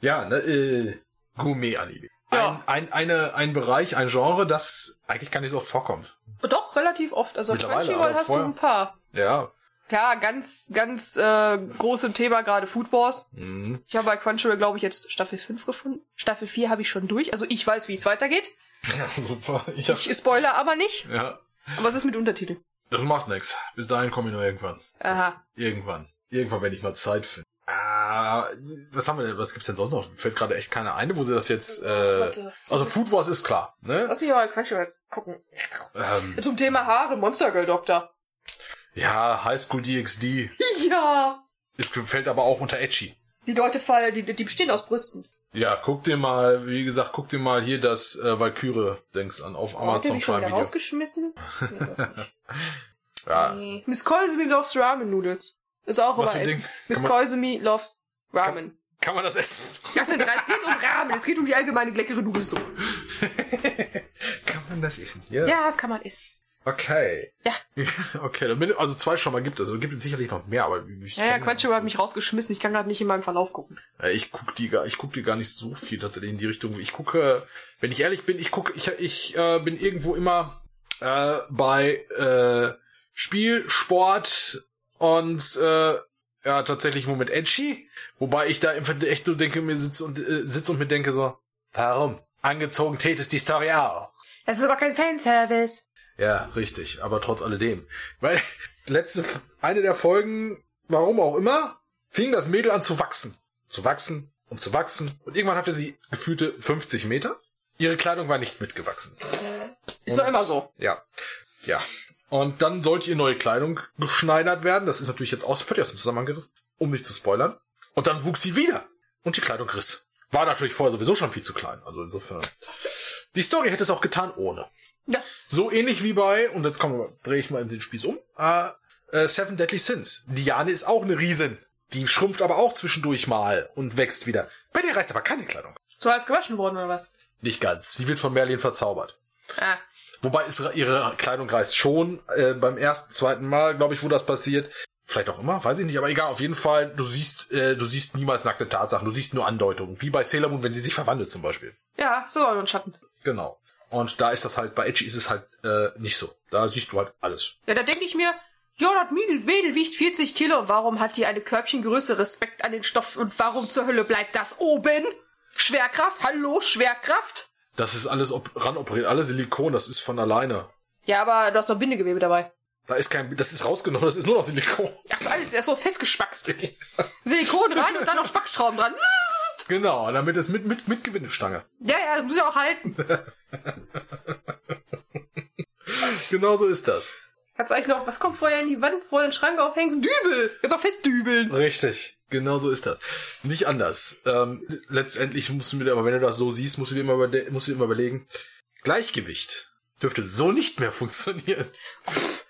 [SPEAKER 1] Ja, ne, äh, Gourmet-Anime.
[SPEAKER 3] Ja.
[SPEAKER 1] Ein, ein, eine, ein Bereich, ein Genre, das eigentlich gar nicht so oft vorkommt.
[SPEAKER 3] Doch, relativ oft. Also auf
[SPEAKER 1] Mittlerweile,
[SPEAKER 3] Crunchyroll
[SPEAKER 1] aber
[SPEAKER 3] hast
[SPEAKER 1] vorher-
[SPEAKER 3] du ein paar.
[SPEAKER 1] Ja.
[SPEAKER 3] Ja, ganz, ganz äh, groß im Thema gerade Food Wars.
[SPEAKER 1] Mhm.
[SPEAKER 3] Ich habe bei Crunchyroll, glaube ich, jetzt Staffel 5 gefunden. Staffel 4 habe ich schon durch. Also ich weiß, wie es weitergeht.
[SPEAKER 1] Ja, super. Ich hab,
[SPEAKER 3] Ich spoiler aber nicht.
[SPEAKER 1] ja.
[SPEAKER 3] Aber es ist mit Untertitel.
[SPEAKER 1] Das macht nix. Bis dahin komme ich noch irgendwann.
[SPEAKER 3] Aha.
[SPEAKER 1] Irgendwann. Irgendwann, wenn ich mal Zeit finde. Ah, was haben wir denn? Was gibt's denn sonst noch? Fällt gerade echt keine eine, wo sie das jetzt. Äh,
[SPEAKER 3] Warte.
[SPEAKER 1] also Food Wars ist klar, ne?
[SPEAKER 3] Lass mich mal bei Crunchyroll gucken.
[SPEAKER 1] Ähm,
[SPEAKER 3] Zum Thema Haare, Monster Girl Doktor.
[SPEAKER 1] ja, High School DxD.
[SPEAKER 3] Ja.
[SPEAKER 1] Es fällt aber auch unter Edgy.
[SPEAKER 3] Die Leute fallen, die, die bestehen aus Brüsten.
[SPEAKER 1] Ja, guck dir mal, wie gesagt, guck dir mal hier das äh, Valkyrie denkst an auf
[SPEAKER 3] Habt ihr
[SPEAKER 1] Amazon
[SPEAKER 3] die schon
[SPEAKER 1] Prime
[SPEAKER 3] wieder
[SPEAKER 1] Video.
[SPEAKER 3] rausgeschmissen? Nee, das nicht.
[SPEAKER 1] Ja,
[SPEAKER 3] Nee. Miss Koizumi loves Ramen Noodles. Ist auch
[SPEAKER 1] Was für
[SPEAKER 3] über
[SPEAKER 1] ein
[SPEAKER 3] Essen.
[SPEAKER 1] Ding?
[SPEAKER 3] Miss
[SPEAKER 1] Kann man-
[SPEAKER 3] Koizumi loves Ramen.
[SPEAKER 1] kann man das essen?
[SPEAKER 3] Das sind drei. Es geht um Ramen. Es geht um die allgemeine leckere Nudelsuppe.
[SPEAKER 1] kann man das essen? Ja.
[SPEAKER 3] Ja, das kann man essen.
[SPEAKER 1] Okay.
[SPEAKER 3] Ja.
[SPEAKER 1] okay, damit, also zwei schon mal gibt es. Also gibt es sicherlich noch mehr, aber ich
[SPEAKER 3] Ja, ja,
[SPEAKER 1] kenn-
[SPEAKER 3] Quatsch, hat mich rausgeschmissen. Ich kann gerade nicht in meinem Verlauf gucken.
[SPEAKER 1] Äh, Ich guck die gar, ich guck die gar nicht so viel tatsächlich in die Richtung. Ich gucke, wenn ich ehrlich bin, ich gucke, ich, ich äh, bin irgendwo immer äh, bei äh, Spiel, Sport und äh, ja tatsächlich im Moment Edgy, wobei ich da einfach echt so denke mir sitze und äh, sitz und mir denke so, warum? Angezogen tätest die Story auch.
[SPEAKER 3] Das ist aber kein Fanservice.
[SPEAKER 1] Ja, richtig, aber trotz alledem. Weil letzte, eine der Folgen, warum auch immer, fing das Mädel an zu wachsen. Zu wachsen und zu wachsen. Und irgendwann hatte sie gefühlte 50 Meter. Ihre Kleidung war nicht mitgewachsen.
[SPEAKER 3] Ist doch immer so.
[SPEAKER 1] Ja. Ja. Und dann sollte ihr neue Kleidung geschneidert werden. Das ist natürlich jetzt aus, völlig aus dem Zusammenhang gerissen, um nicht zu spoilern. Und dann wuchs sie wieder. Und die Kleidung riss. War natürlich vorher sowieso schon viel zu klein. Also insofern. Die Story hätte es auch getan ohne.
[SPEAKER 3] Ja.
[SPEAKER 1] So ähnlich wie bei, und jetzt kommen wir, drehe ich mal den Spieß um, äh, äh, Seven Deadly Sins. Diane ist auch eine Riesin. Die schrumpft aber auch zwischendurch mal und wächst wieder. Bei dir reißt aber keine Kleidung.
[SPEAKER 3] So alles gewaschen worden oder was?
[SPEAKER 1] Nicht ganz. Sie wird von Merlin verzaubert.
[SPEAKER 3] Ah,
[SPEAKER 1] Wobei es, ihre Kleidung reißt schon. Äh, beim ersten, zweiten Mal, glaube ich, wo das passiert. Vielleicht auch immer, weiß ich nicht, aber egal, auf jeden Fall, du siehst, äh, du siehst niemals nackte Tatsachen, du siehst nur Andeutungen. Wie bei Sailor Moon, wenn sie sich verwandelt zum Beispiel.
[SPEAKER 3] ja, so und Schatten.
[SPEAKER 1] Genau. Und da ist das halt, bei Edgy ist es halt äh, nicht so. Da siehst du halt alles.
[SPEAKER 3] Ja, da denke ich mir, ja, das Mädel, Mädel wiegt 40 Kilo. Warum hat die eine Körbchengröße? Respekt an den Stoff. Und warum zur Hölle bleibt das oben? Schwerkraft? Hallo, Schwerkraft?
[SPEAKER 1] Das ist alles op ranoperiert, alles Silikon, das ist von alleine.
[SPEAKER 3] Ja, aber du hast noch Bindegewebe dabei.
[SPEAKER 1] Da ist kein, das ist rausgenommen, das ist nur noch Silikon.
[SPEAKER 3] Das ist alles erst so festgespackst. Silikon rein und dann noch Spackschrauben dran.
[SPEAKER 1] genau, und damit ist mit, mit, mit Gewindestange.
[SPEAKER 3] Ja, ja, das muss ja auch halten.
[SPEAKER 1] Genau so ist das.
[SPEAKER 3] Hat's eigentlich noch, was kommt vorher in die Wand, vorher in den Schrank aufhängst? Dübel! Jetzt auch festdübeln.
[SPEAKER 1] Richtig. Genau so ist das. Nicht anders. Ähm, letztendlich musst du mir, aber wenn du das so siehst, musst du dir immer, überde- musst du dir immer überlegen, Gleichgewicht dürfte so nicht mehr funktionieren.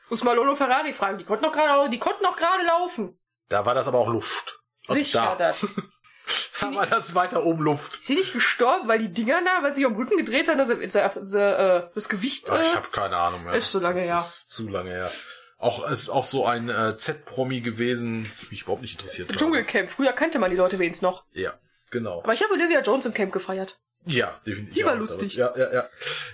[SPEAKER 3] Muss mal Lolo Ferrari fragen, die konnten noch gerade, die konnten noch gerade laufen.
[SPEAKER 1] Da war das aber auch Luft. Also
[SPEAKER 3] Sicher
[SPEAKER 1] da,
[SPEAKER 3] das.
[SPEAKER 1] da war das weiter oben Luft.
[SPEAKER 3] Ist sie nicht gestorben, weil die Dinger da, weil sie sich am Rücken gedreht haben, dass er, dass er, dass er, äh, das Gewicht.
[SPEAKER 1] Ach,
[SPEAKER 3] Äh,
[SPEAKER 1] Ah, ich habe keine Ahnung mehr.
[SPEAKER 3] ist so lange
[SPEAKER 1] das
[SPEAKER 3] her.
[SPEAKER 1] Ist zu lange her. Auch es ist auch so ein äh, Z-Promi gewesen, die mich überhaupt nicht interessiert.
[SPEAKER 3] im
[SPEAKER 1] hat.
[SPEAKER 3] Dschungelcamp. Früher kannte man die Leute wenigstens noch.
[SPEAKER 1] Ja, genau.
[SPEAKER 3] Aber ich habe Olivia Jones im Camp gefeiert.
[SPEAKER 1] Ja, definitiv.
[SPEAKER 3] Die war
[SPEAKER 1] Ja,
[SPEAKER 3] lustig.
[SPEAKER 1] Ja, ja, ja.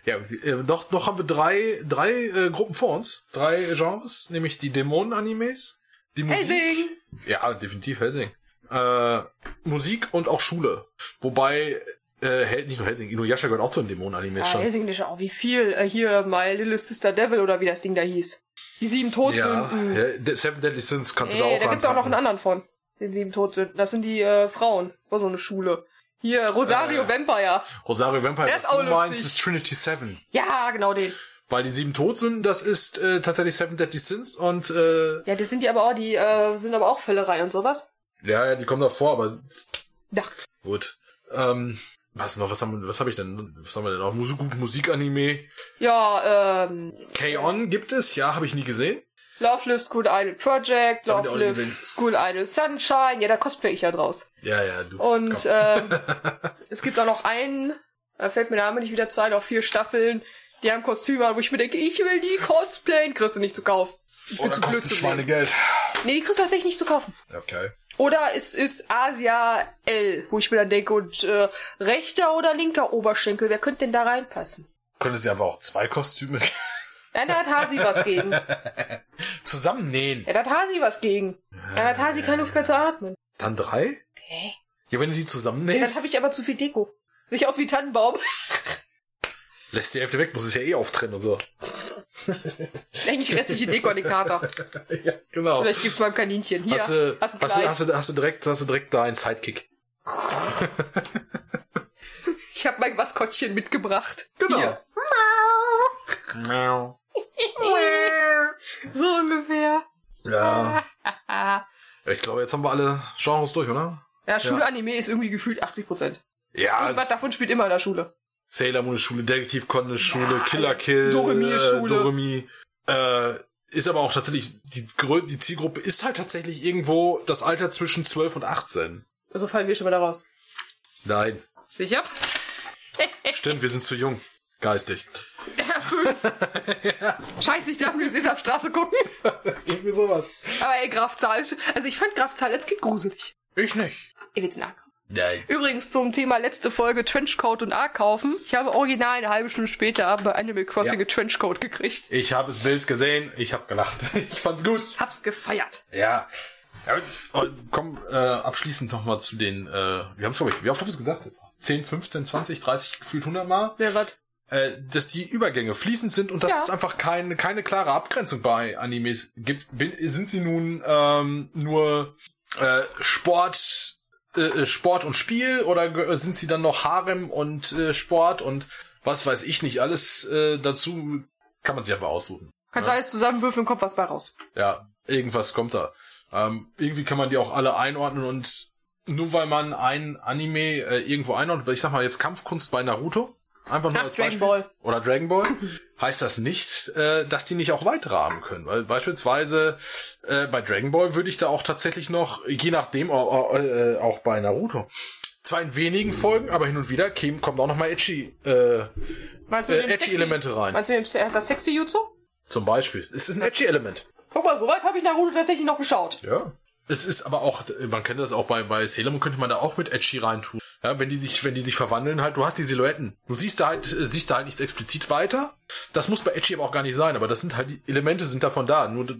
[SPEAKER 1] ja äh, noch, noch haben wir drei, drei äh, Gruppen vor uns, drei Genres, nämlich die Dämonen-Animes, die Musik.
[SPEAKER 3] Helsing!
[SPEAKER 1] Ja, definitiv Helsing. Äh, Musik und auch Schule. Wobei äh, Hel- nicht nur Helsing, Inuyasha gehört auch zu den Dämonen-Animes
[SPEAKER 3] Ja,
[SPEAKER 1] schon.
[SPEAKER 3] Ah, Helsing ist ja auch wie viel. Äh, hier, My Little Sister Devil oder wie das Ding da hieß. Die sieben
[SPEAKER 1] Ja,
[SPEAKER 3] Todsünden.
[SPEAKER 1] ja, The Seven Deadly Sins kannst du da
[SPEAKER 3] Ey,
[SPEAKER 1] auch
[SPEAKER 3] mm. da gibt's auch noch
[SPEAKER 1] ranpacken.
[SPEAKER 3] einen anderen von. Den sieben Todsünden. Das sind die äh, Frauen. So, so eine Schule. Hier, Rosario
[SPEAKER 1] Äh.
[SPEAKER 3] Vampire.
[SPEAKER 1] Rosario Vampire,
[SPEAKER 3] Der
[SPEAKER 1] was
[SPEAKER 3] ist auch
[SPEAKER 1] du meinst,
[SPEAKER 3] lustig.
[SPEAKER 1] ist Trinity Seven.
[SPEAKER 3] Ja, genau den.
[SPEAKER 1] Weil die sieben Todsünden, das ist äh, tatsächlich Seven Deadly Sins und äh,
[SPEAKER 3] Ja, das sind die aber auch, die äh, sind aber auch Völlerei und sowas.
[SPEAKER 1] ja, ja, die kommen davor, aber
[SPEAKER 3] Ja.
[SPEAKER 1] gut. Ähm, was noch, was haben was habe ich denn? Was haben wir denn noch? Musik, gut, Musikanime.
[SPEAKER 3] Ja, ähm,
[SPEAKER 1] K-On! gibt es, ja, habe ich nie gesehen.
[SPEAKER 3] Love Live School Idol Project,
[SPEAKER 1] Damit
[SPEAKER 3] Love
[SPEAKER 1] auch
[SPEAKER 3] Live
[SPEAKER 1] gewinnen.
[SPEAKER 3] School Idol Sunshine, ja, da cosplay ich ja draus.
[SPEAKER 1] Ja, ja, du.
[SPEAKER 3] Und
[SPEAKER 1] komm.
[SPEAKER 3] ähm, es gibt auch noch einen, da fällt mir der Name nicht wieder zu ein, auf vier Staffeln, die haben Kostüme, an, wo ich mir denke, ich will die cosplayen, kriegst du nicht zu kaufen. Ich
[SPEAKER 1] oh,
[SPEAKER 3] bin
[SPEAKER 1] da
[SPEAKER 3] zu
[SPEAKER 1] kostet
[SPEAKER 3] blöd
[SPEAKER 1] ein
[SPEAKER 3] zu sehen.
[SPEAKER 1] Schweinegeld.
[SPEAKER 3] Nee, die kriegst du tatsächlich nicht zu kaufen.
[SPEAKER 1] Okay.
[SPEAKER 3] Oder es ist Asia L, wo ich mir dann denke, und äh, rechter oder linker Oberschenkel, wer könnte denn da reinpassen?
[SPEAKER 1] Könntest du aber auch zwei Kostüme
[SPEAKER 3] Nein, da hat Hasi was gegen.
[SPEAKER 1] zusammennähen.
[SPEAKER 3] Ja, da hat Hasi was gegen. Ja, da hat Hasi keine Luft mehr zu atmen.
[SPEAKER 1] Dann drei?
[SPEAKER 3] Hä?
[SPEAKER 1] Ja, wenn du die
[SPEAKER 3] Dann
[SPEAKER 1] zusammennähst,
[SPEAKER 3] habe ich aber zu viel Deko. Sieht aus wie Tannenbaum.
[SPEAKER 1] lässt die Hälfte weg, muss es ja eh auftrennen und so.
[SPEAKER 3] Eigentlich restliche Deko an den Kater.
[SPEAKER 1] ja, genau.
[SPEAKER 3] Vielleicht gibt's meinem Kaninchen. Hier,
[SPEAKER 1] Hast du,
[SPEAKER 3] hast
[SPEAKER 1] hast,
[SPEAKER 3] ein
[SPEAKER 1] du,
[SPEAKER 3] Kleid.
[SPEAKER 1] hast, du, hast du direkt, hast du direkt da einen Sidekick.
[SPEAKER 3] Ich habe mein Maskottchen mitgebracht.
[SPEAKER 1] Genau.
[SPEAKER 3] Hier.
[SPEAKER 1] Miau.
[SPEAKER 3] So ungefähr.
[SPEAKER 1] Ja.
[SPEAKER 3] Ah.
[SPEAKER 1] Ich glaube, jetzt haben wir alle Genres durch, oder?
[SPEAKER 3] Ja, Schulanime ist irgendwie gefühlt 80 Prozent.
[SPEAKER 1] Ja,
[SPEAKER 3] Irgendwas davon spielt immer in der Schule.
[SPEAKER 1] Sailor Moon ist Schule, Detektiv Con ist Schule,
[SPEAKER 3] Ja,
[SPEAKER 1] Killer Kill,
[SPEAKER 3] Doremi ist Schule.
[SPEAKER 1] Äh, Doremi, äh, ist aber auch tatsächlich, die, Grö- die Zielgruppe ist halt tatsächlich irgendwo das Alter zwischen 12 und 18.
[SPEAKER 3] Also fallen wir schon wieder raus.
[SPEAKER 1] Nein,
[SPEAKER 3] Sicher?
[SPEAKER 1] stimmt, wir sind zu jung. Geistig.
[SPEAKER 3] Scheiße, ich darf nur jetzt auf Straße gucken.
[SPEAKER 1] Irgendwie sowas.
[SPEAKER 3] Aber ey, Graf Zahl. ist- Also ich fand Graf Zahl als Kind gruselig.
[SPEAKER 1] Ich nicht.
[SPEAKER 3] Ihr will's nachkommen.
[SPEAKER 1] Nein.
[SPEAKER 3] Übrigens zum Thema letzte Folge Trenchcoat und A kaufen. Ich habe original eine halbe Stunde später bei Animal
[SPEAKER 1] Ja.
[SPEAKER 3] Crossing ein Trenchcoat gekriegt.
[SPEAKER 1] Ich habe das Bild gesehen, ich habe gelacht. Ich fand's gut.
[SPEAKER 3] Hab's gefeiert.
[SPEAKER 1] Ja. ja und komm, äh, abschließend nochmal zu den, äh, wir haben es, glaube ich, wie oft haben wir es gesagt? 10, 15, 20, 30, gefühlt 100 Mal.
[SPEAKER 3] Wer was?
[SPEAKER 1] äh, dass die Übergänge fließend sind und dass
[SPEAKER 3] Ja.
[SPEAKER 1] es einfach keine, keine klare Abgrenzung bei Animes gibt. Bin, sind sie nun ähm, nur äh, Sport, äh, äh, Sport und Spiel oder ge- sind sie dann noch Harem und äh, Sport und was weiß ich nicht alles äh, dazu kann man sich einfach aussuchen.
[SPEAKER 3] Kannst alles zusammenwürfeln, kommt was bei raus.
[SPEAKER 1] Ja, irgendwas kommt da. Ähm, irgendwie kann man die auch alle einordnen und nur weil man ein Anime äh, irgendwo einordnet, ich sag mal jetzt Kampfkunst bei Naruto, Einfach nur
[SPEAKER 3] Nach
[SPEAKER 1] als
[SPEAKER 3] Dragon
[SPEAKER 1] Beispiel.
[SPEAKER 3] Ball.
[SPEAKER 1] Oder Dragon Ball. Heißt das nicht, äh, dass die nicht auch weitere haben können. Weil beispielsweise äh, bei Dragon Ball würde ich da auch tatsächlich noch, je nachdem, au- au- äh, auch bei Naruto, zwar in wenigen Folgen, aber hin und wieder kämen, kommen auch nochmal Edgy, äh,
[SPEAKER 3] Meinst
[SPEAKER 1] Äh,
[SPEAKER 3] mit dem
[SPEAKER 1] edgy
[SPEAKER 3] sexy-
[SPEAKER 1] Elemente rein.
[SPEAKER 3] Meinst du mit dem, das sexy Jutsu?
[SPEAKER 1] zum Beispiel. Es ist ein Edgy-Element.
[SPEAKER 3] Guck mal, soweit habe ich Naruto tatsächlich noch geschaut.
[SPEAKER 1] Ja. Es ist aber auch, man kennt das auch bei, bei Sailor Moon, könnte man da auch mit Edgy reintun. Ja, wenn die sich, wenn die sich verwandeln halt, du hast die Silhouetten. Du siehst da halt, äh, siehst da halt nichts explizit weiter. Das muss bei Edgy aber auch gar nicht sein, aber das sind halt, die Elemente sind davon da. Nur, d-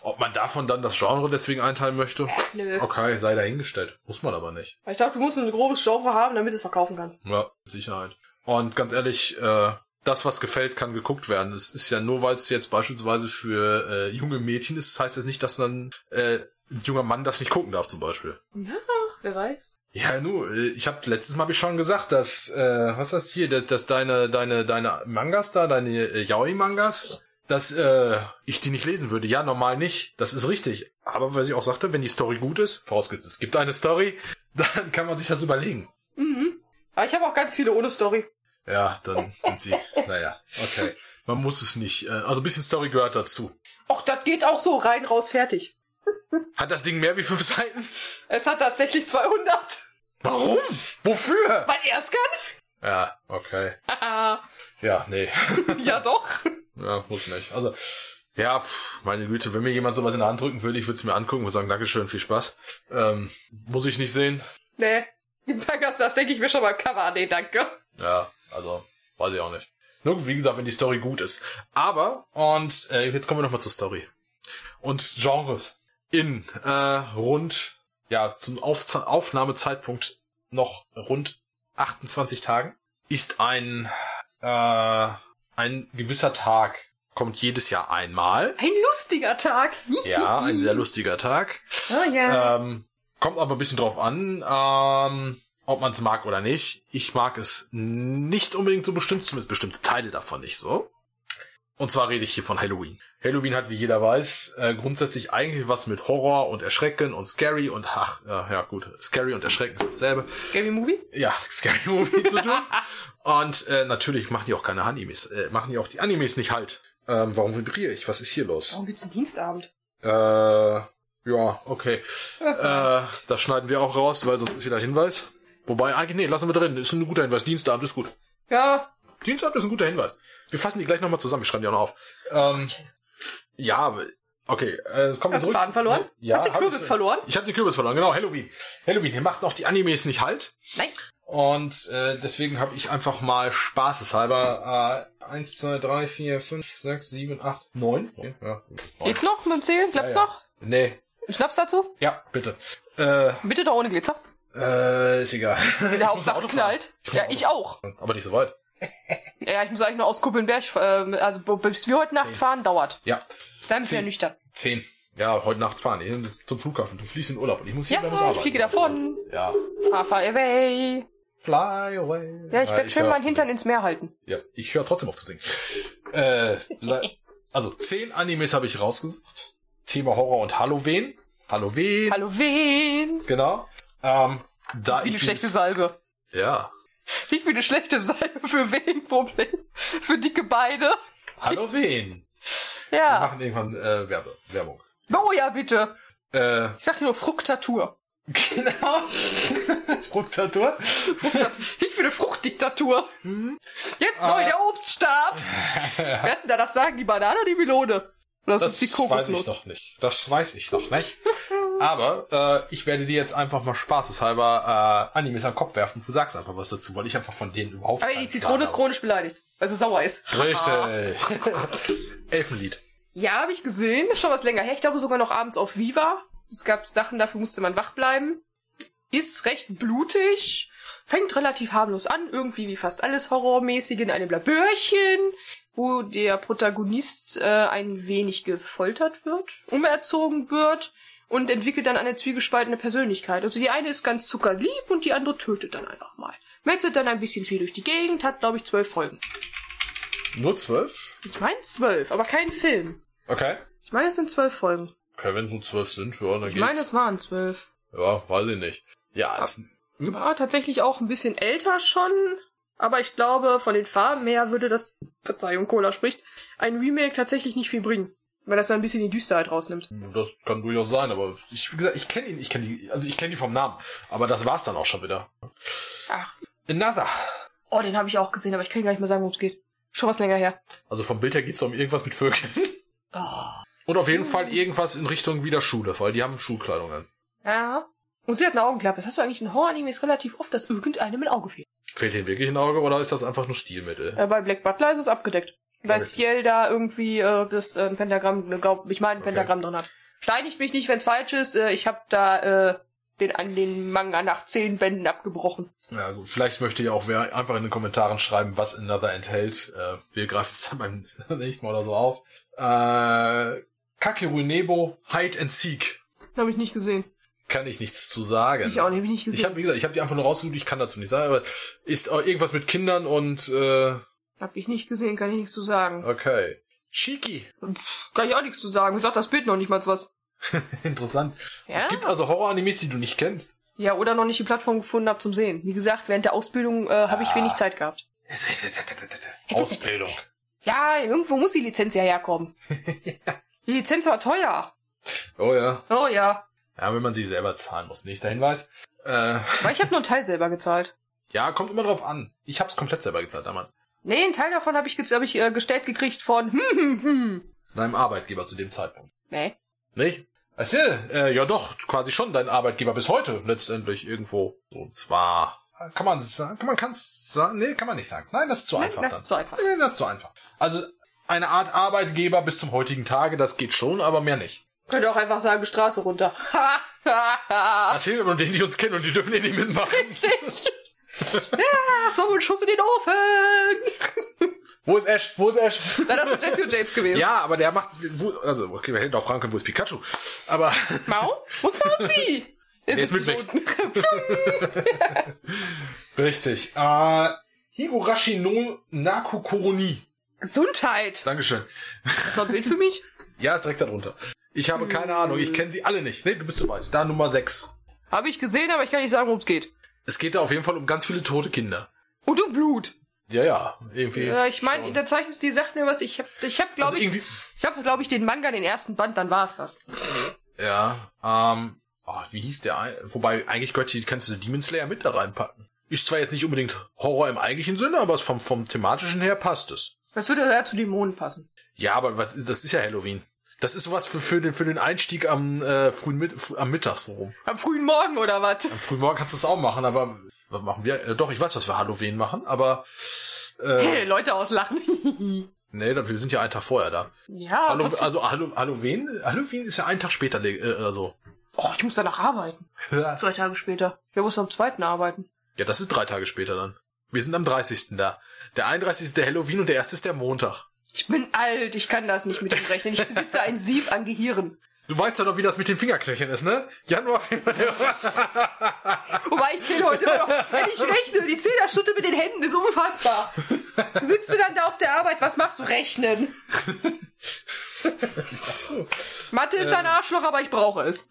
[SPEAKER 1] ob man davon dann das Genre deswegen einteilen möchte?
[SPEAKER 3] Nö.
[SPEAKER 1] Okay, sei dahingestellt. Muss man aber nicht.
[SPEAKER 3] Ich dachte, du musst ein grobes Genre haben, damit du es verkaufen kannst.
[SPEAKER 1] Ja, mit Sicherheit. Und ganz ehrlich, äh, das, was gefällt, kann geguckt werden. Es ist ja nur, weil es jetzt beispielsweise für äh, junge Mädchen ist, heißt das nicht, dass dann äh, ein junger Mann das nicht gucken darf zum Beispiel.
[SPEAKER 3] Ja, wer weiß.
[SPEAKER 1] Ja, nu, äh, ich habe letztes Mal hab ich schon gesagt, dass äh, was ist das hier, dass, dass deine deine deine Mangas da, deine äh, Yaoi Mangas, dass äh, ich die nicht lesen würde. Ja, normal nicht. Das ist richtig. Aber was ich auch sagte, wenn die Story gut ist, vorausgesetzt es gibt eine Story, dann kann man sich das überlegen.
[SPEAKER 3] Mhm. Aber ich habe auch ganz viele ohne Story.
[SPEAKER 1] Ja, dann sind sie. naja, okay. Man muss es nicht. Äh, also ein bisschen Story gehört dazu.
[SPEAKER 3] Och, das geht auch so rein, raus, fertig.
[SPEAKER 1] Hat das Ding mehr wie fünf Seiten?
[SPEAKER 3] Es hat tatsächlich 200,
[SPEAKER 1] Warum? Wofür?
[SPEAKER 3] weil er es kann.
[SPEAKER 1] Ja, okay.
[SPEAKER 3] Ah,
[SPEAKER 1] Ja, nee.
[SPEAKER 3] ja doch.
[SPEAKER 1] Ja, muss nicht. Also, ja, pf, meine Güte, wenn mir jemand sowas in die Hand drücken würde, ich würde es mir angucken und sagen, Dankeschön, viel Spaß. Ähm, muss ich nicht sehen.
[SPEAKER 3] Nee, die Mangas, das denke ich mir schon mal Cover an. Nee, danke.
[SPEAKER 1] Ja, also, weiß ich auch nicht. Nur, gut, wie gesagt, wenn die Story gut ist. Aber, und äh, jetzt kommen wir nochmal zur Story. Und Genres. In äh, rund, ja, zum Aufze Aufnahmezeitpunkt noch rund 28 Tagen ist ein, äh, ein gewisser Tag. Kommt jedes Jahr einmal.
[SPEAKER 3] Ein lustiger Tag.
[SPEAKER 1] Ja, ein sehr lustiger Tag.
[SPEAKER 3] Oh ja.
[SPEAKER 1] Ähm, kommt aber ein bisschen drauf an, ähm, ob man es mag oder nicht. Ich mag es nicht unbedingt so bestimmt, zumindest bestimmte Teile davon nicht so. Und zwar rede ich hier von Halloween. Halloween hat, wie jeder weiß, äh, grundsätzlich eigentlich was mit Horror und Erschrecken und Scary und ach, ja, ja gut, Scary und Erschrecken ist dasselbe.
[SPEAKER 3] Scary Movie?
[SPEAKER 1] Ja, Scary Movie zu tun. Und äh, natürlich machen die auch keine Animes, äh, machen die auch die Animes nicht halt. Ähm, warum vibriere ich? Was ist hier los?
[SPEAKER 3] Warum gibt's einen Dienstabend?
[SPEAKER 1] Äh, ja, okay. äh, das schneiden wir auch raus, weil sonst ist wieder Hinweis. Wobei, eigentlich, nee, lassen wir drin. Ist ein guter Hinweis. Dienstabend ist gut.
[SPEAKER 3] Ja,
[SPEAKER 1] Dienstabend ist ein guter Hinweis. Wir fassen die gleich nochmal zusammen. Ich schreibe die auch noch auf. Ähm, ja, okay. Äh, kommen wir
[SPEAKER 3] hast du
[SPEAKER 1] zurück.
[SPEAKER 3] Faden verloren?
[SPEAKER 1] Ja,
[SPEAKER 3] hast du den
[SPEAKER 1] hab
[SPEAKER 3] Kürbis
[SPEAKER 1] ich,
[SPEAKER 3] verloren?
[SPEAKER 1] Ich habe den Kürbis verloren, genau. Halloween. Halloween, hier macht auch die Animes nicht halt.
[SPEAKER 3] Nein.
[SPEAKER 1] Und äh, deswegen habe ich einfach mal spaßeshalber äh, 1, 2, 3, 4, 5, 6, 7, 8, 9. Ja.
[SPEAKER 3] Geht's noch mit dem Zählen? Klappt's
[SPEAKER 1] Ja, ja.
[SPEAKER 3] noch?
[SPEAKER 1] Nee.
[SPEAKER 3] Ein Schnaps dazu?
[SPEAKER 1] Ja, bitte. Äh,
[SPEAKER 3] Bitte doch ohne Glitzer.
[SPEAKER 1] Äh, ist egal. Ich muss
[SPEAKER 3] Der Hauptsache
[SPEAKER 1] Auto fahren.
[SPEAKER 3] knallt. ja, ich auch.
[SPEAKER 1] Aber nicht so weit.
[SPEAKER 3] Ja, ich muss eigentlich nur aus Kuppelnberg, äh, also bis wir heute Nacht fahren, dauert.
[SPEAKER 1] Ja,
[SPEAKER 3] Bis dahin bin ich ja
[SPEAKER 1] Zehn.
[SPEAKER 3] nüchtern.
[SPEAKER 1] zehn. Ja, heute Nacht fahren. Ich- Zum Flughafen. Du fliegst in Urlaub und ich muss hier
[SPEAKER 3] Ja,
[SPEAKER 1] wieder was arbeiten.
[SPEAKER 3] ich fliege davon.
[SPEAKER 1] Ja.
[SPEAKER 3] Far, far away.
[SPEAKER 1] Fly away. Äh,
[SPEAKER 3] Ja, ich werde schön
[SPEAKER 1] hör
[SPEAKER 3] meinen Hintern ins Meer halten.
[SPEAKER 1] Ja, ich höre trotzdem auf zu singen. Äh, le- also zehn Animes habe ich rausgesucht. Thema Horror und Halloween. Halloween.
[SPEAKER 3] Halloween.
[SPEAKER 1] genau. Ähm, da
[SPEAKER 3] Wie
[SPEAKER 1] ich
[SPEAKER 3] eine schlechte
[SPEAKER 1] dieses-
[SPEAKER 3] Salbe.
[SPEAKER 1] Ja.
[SPEAKER 3] Klingt wie eine schlechte Salbe für wen? Problem. Für dicke Beine.
[SPEAKER 1] Halloween. Wir
[SPEAKER 3] Ja.
[SPEAKER 1] machen irgendwann äh, Werbe, Werbung.
[SPEAKER 3] Oh ja, bitte.
[SPEAKER 1] Äh,
[SPEAKER 3] Ich sag nur Fruktatur.
[SPEAKER 1] genau. Fruktatur.
[SPEAKER 3] Fruchtat- Klingt wie eine Fruchtdiktatur.
[SPEAKER 1] Hm?
[SPEAKER 3] Jetzt
[SPEAKER 1] Ah.
[SPEAKER 3] neu der Obststaat. Wir hätten da das sagen, die Banane oder die Melone? Oder ist das die
[SPEAKER 1] weiß ich
[SPEAKER 3] Kokosnuss?
[SPEAKER 1] noch nicht. Das weiß ich noch nicht. Aber äh, ich werde dir jetzt einfach mal spaßeshalber äh, Animes an den Kopf werfen. Du sagst einfach was dazu, weil ich einfach von denen überhaupt
[SPEAKER 3] Aber die
[SPEAKER 1] keinen
[SPEAKER 3] Zitrone ist
[SPEAKER 1] Plan
[SPEAKER 3] chronisch beleidigt, weil sie sauer ist.
[SPEAKER 1] habe. Richtig. Elfenlied.
[SPEAKER 3] Ja, habe ich gesehen. Ist Schon was länger her. Ich glaube sogar noch abends auf Viva. Es gab Sachen, dafür musste man wach bleiben. Ist recht blutig. Fängt relativ harmlos an. Irgendwie wie fast alles horrormäßig in einem Labörchen, wo der Protagonist äh, ein wenig gefoltert wird, umerzogen wird und entwickelt dann eine zwiegespaltene Persönlichkeit. Also die eine ist ganz zuckerlieb und die andere tötet dann einfach mal. Metzelt dann ein bisschen viel durch die Gegend, hat glaube ich zwölf Folgen.
[SPEAKER 1] Nur zwölf?
[SPEAKER 3] Ich meine zwölf, aber kein Film.
[SPEAKER 1] Okay.
[SPEAKER 3] Ich meine, es sind zwölf Folgen.
[SPEAKER 1] Okay, wenn es nur zwölf sind, ja, dann
[SPEAKER 3] Ich
[SPEAKER 1] geht's.
[SPEAKER 3] meine, es waren zwölf.
[SPEAKER 1] ja, weiß ich nicht. Ja, es,
[SPEAKER 3] War tatsächlich auch ein bisschen älter schon. Aber ich glaube, von den Farben her würde das, Verzeihung, Cola spricht, ein Remake tatsächlich nicht viel bringen. Weil das dann ein bisschen die Düsterheit rausnimmt.
[SPEAKER 1] Das kann durchaus sein, aber ich, wie gesagt, ich kenne ihn, ich kenne die, also ich kenne die vom Namen. Aber das war's dann auch schon wieder.
[SPEAKER 3] Ach.
[SPEAKER 1] Another.
[SPEAKER 3] Oh, den habe ich auch gesehen, aber ich kann gar nicht mehr sagen, worum es geht. Schon was länger her.
[SPEAKER 1] Also vom Bild her geht's um irgendwas mit Vögeln.
[SPEAKER 3] Oh.
[SPEAKER 1] Und auf jeden Fall irgendwas in Richtung wieder Schule, weil die haben Schulkleidung an.
[SPEAKER 3] Ja. Und sie hat eine Augenklappe. Das hast du eigentlich in Horror-Animes relativ oft, dass irgendeinem ein Auge fehlt.
[SPEAKER 1] Fehlt ihnen wirklich ein Auge oder ist das einfach nur Stilmittel?
[SPEAKER 3] Äh, bei Black Butler ist es abgedeckt. Weil
[SPEAKER 1] richtig.
[SPEAKER 3] Ciel da irgendwie äh, das äh, ein Pentagramm, ne, glaub, ich meine ein
[SPEAKER 1] Okay.
[SPEAKER 3] Pentagramm drin hat. Steinigt mich nicht, wenn's falsch ist. Äh, ich habe da äh, den an den Manga nach zehn Bänden abgebrochen.
[SPEAKER 1] Ja gut, vielleicht möchte ja auch wer einfach in den Kommentaren schreiben, was Another enthält. Äh, wir greifen es dann beim nächsten Mal oder so auf. Äh, Kakeru Nebo Hide and Seek.
[SPEAKER 3] Habe ich nicht gesehen.
[SPEAKER 1] Kann ich nichts zu sagen.
[SPEAKER 3] Ich auch nicht, hab ich nicht
[SPEAKER 1] Ich
[SPEAKER 3] gesehen.
[SPEAKER 1] habe, wie gesagt, ich habe die einfach nur rausgesucht, ich kann dazu nicht sagen, aber ist auch irgendwas mit Kindern und äh,
[SPEAKER 3] Hab ich nicht gesehen, kann ich nichts zu sagen.
[SPEAKER 1] okay. Shiki.
[SPEAKER 3] Pff, kann ich auch nichts zu sagen. Mir sagt das Bild noch nicht mal was.
[SPEAKER 1] Interessant.
[SPEAKER 3] Ja?
[SPEAKER 1] Es gibt also Horror-Animes, die du nicht kennst.
[SPEAKER 3] Ja, oder noch nicht die Plattform gefunden hab zum Sehen. Wie gesagt, während der Ausbildung äh, habe ich wenig Zeit gehabt.
[SPEAKER 1] Ausbildung.
[SPEAKER 3] Ja, irgendwo muss die Lizenz ja herkommen. Die Lizenz war teuer.
[SPEAKER 1] Oh ja.
[SPEAKER 3] Oh ja.
[SPEAKER 1] Ja, wenn man sie selber zahlen muss. Nächster Hinweis. Äh,
[SPEAKER 3] Weil ich habe nur einen Teil selber gezahlt.
[SPEAKER 1] ja, kommt immer drauf an. Ich hab's komplett selber gezahlt damals.
[SPEAKER 3] Nee, einen Teil davon habe ich, ge- hab ich äh, gestellt gekriegt von hm, hm, hm.
[SPEAKER 1] Deinem Arbeitgeber zu dem Zeitpunkt.
[SPEAKER 3] Nee.
[SPEAKER 1] Nicht? Ach ja, äh, ja doch, quasi schon dein Arbeitgeber bis heute letztendlich irgendwo. Und zwar kann man sagen, kann man kann's sagen, nee, kann man nicht sagen. Nein, das ist zu
[SPEAKER 3] Nee,
[SPEAKER 1] einfach.
[SPEAKER 3] das
[SPEAKER 1] dann.
[SPEAKER 3] ist zu einfach.
[SPEAKER 1] Nee, das ist zu einfach. Also eine Art Arbeitgeber bis zum heutigen Tage, das geht schon, aber mehr nicht.
[SPEAKER 3] Könnte auch einfach sagen, Straße runter.
[SPEAKER 1] Das hilft immer nur denen, die uns kennen und die dürfen eh nicht mitmachen.
[SPEAKER 3] Ah, so ein Schuss in den Ofen.
[SPEAKER 1] Wo ist Ash? Wo ist Ash?
[SPEAKER 3] Na, das ist Jesse und James gewesen.
[SPEAKER 1] Ja, aber der macht, wo, also, okay, wir hätten auch fragen können, wo ist Pikachu? Aber
[SPEAKER 3] Mau? Muss man sie?
[SPEAKER 1] Der ist mit richtig. Äh, Higurashi no Naku Koroni.
[SPEAKER 3] Gesundheit.
[SPEAKER 1] Dankeschön.
[SPEAKER 3] Das war ein Bild für mich.
[SPEAKER 1] Ja, ist direkt darunter. Ich habe keine Ahnung, ich kenne sie alle nicht. Nee, du bist zu weit. Da Nummer 6.
[SPEAKER 3] Habe ich gesehen, aber ich kann nicht sagen, worum es geht.
[SPEAKER 1] Es geht da auf jeden Fall um ganz viele tote Kinder.
[SPEAKER 3] Und um Blut.
[SPEAKER 1] Ja, ja, irgendwie.
[SPEAKER 3] Äh, ich meine,
[SPEAKER 1] schon.
[SPEAKER 3] der Zeichenstil sagt mir was. Ich habe, ich hab, glaube
[SPEAKER 1] Also
[SPEAKER 3] ich,
[SPEAKER 1] irgendwie-
[SPEAKER 3] ich habe, glaube ich, den Manga, den ersten Band, dann war's das.
[SPEAKER 1] Ja, ähm, oh, wie hieß der? ein- Wobei, eigentlich gehört hier, kannst du so Demon Slayer mit da reinpacken. Ist zwar jetzt nicht unbedingt Horror im eigentlichen Sinne, aber es vom, vom thematischen her passt es.
[SPEAKER 3] Das würde ja zu Dämonen passen.
[SPEAKER 1] Ja, aber was ist, das ist ja Halloween. Das ist sowas für, für, den, für den Einstieg am äh, frühen Mit fr am Mittag so rum.
[SPEAKER 3] Am frühen Morgen oder was?
[SPEAKER 1] Am frühen Morgen kannst du es auch machen, aber was machen wir? Äh, doch, ich weiß, was wir Halloween machen, aber äh,
[SPEAKER 3] Hey, Leute auslachen.
[SPEAKER 1] nee, da- wir sind ja einen Tag vorher da.
[SPEAKER 3] ja,
[SPEAKER 1] Hallo,
[SPEAKER 3] trotzdem,
[SPEAKER 1] also Hallo, Halloween, Halloween ist ja einen Tag später äh, äh, so.
[SPEAKER 3] oh, ich muss danach arbeiten. Zwei Tage später. Wir mussten am zweiten arbeiten.
[SPEAKER 1] Ja, das ist drei Tage später dann. Wir sind am 30. da. Der 31. ist der Halloween und der 1. ist der Montag.
[SPEAKER 3] Ich bin alt, ich kann das nicht mit dem rechnen. Ich besitze ein Sieb an Gehirn.
[SPEAKER 1] Du weißt ja noch, wie das mit den Fingerknöcheln ist, ne? Januar, Februar.
[SPEAKER 3] Wobei ich zähle heute immer noch, wenn ich rechne, die Zählerschütte mit den Händen ist unfassbar. Sitzt du dann da auf der Arbeit, was machst du? Rechnen. Mathe ist
[SPEAKER 1] Äh.
[SPEAKER 3] ein Arschloch, aber ich brauche es.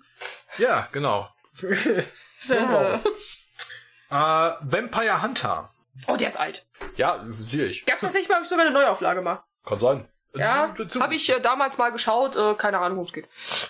[SPEAKER 1] ja, genau. Äh, Vampire Hunter.
[SPEAKER 3] Oh, der ist alt.
[SPEAKER 1] Ja, sehe ich.
[SPEAKER 3] Gab's tatsächlich mal, hab ich sogar eine Neuauflage mal.
[SPEAKER 1] Kann sein.
[SPEAKER 3] Ja,
[SPEAKER 1] Dazu-
[SPEAKER 3] habe ich äh, damals mal geschaut, äh, keine Ahnung, worum es geht.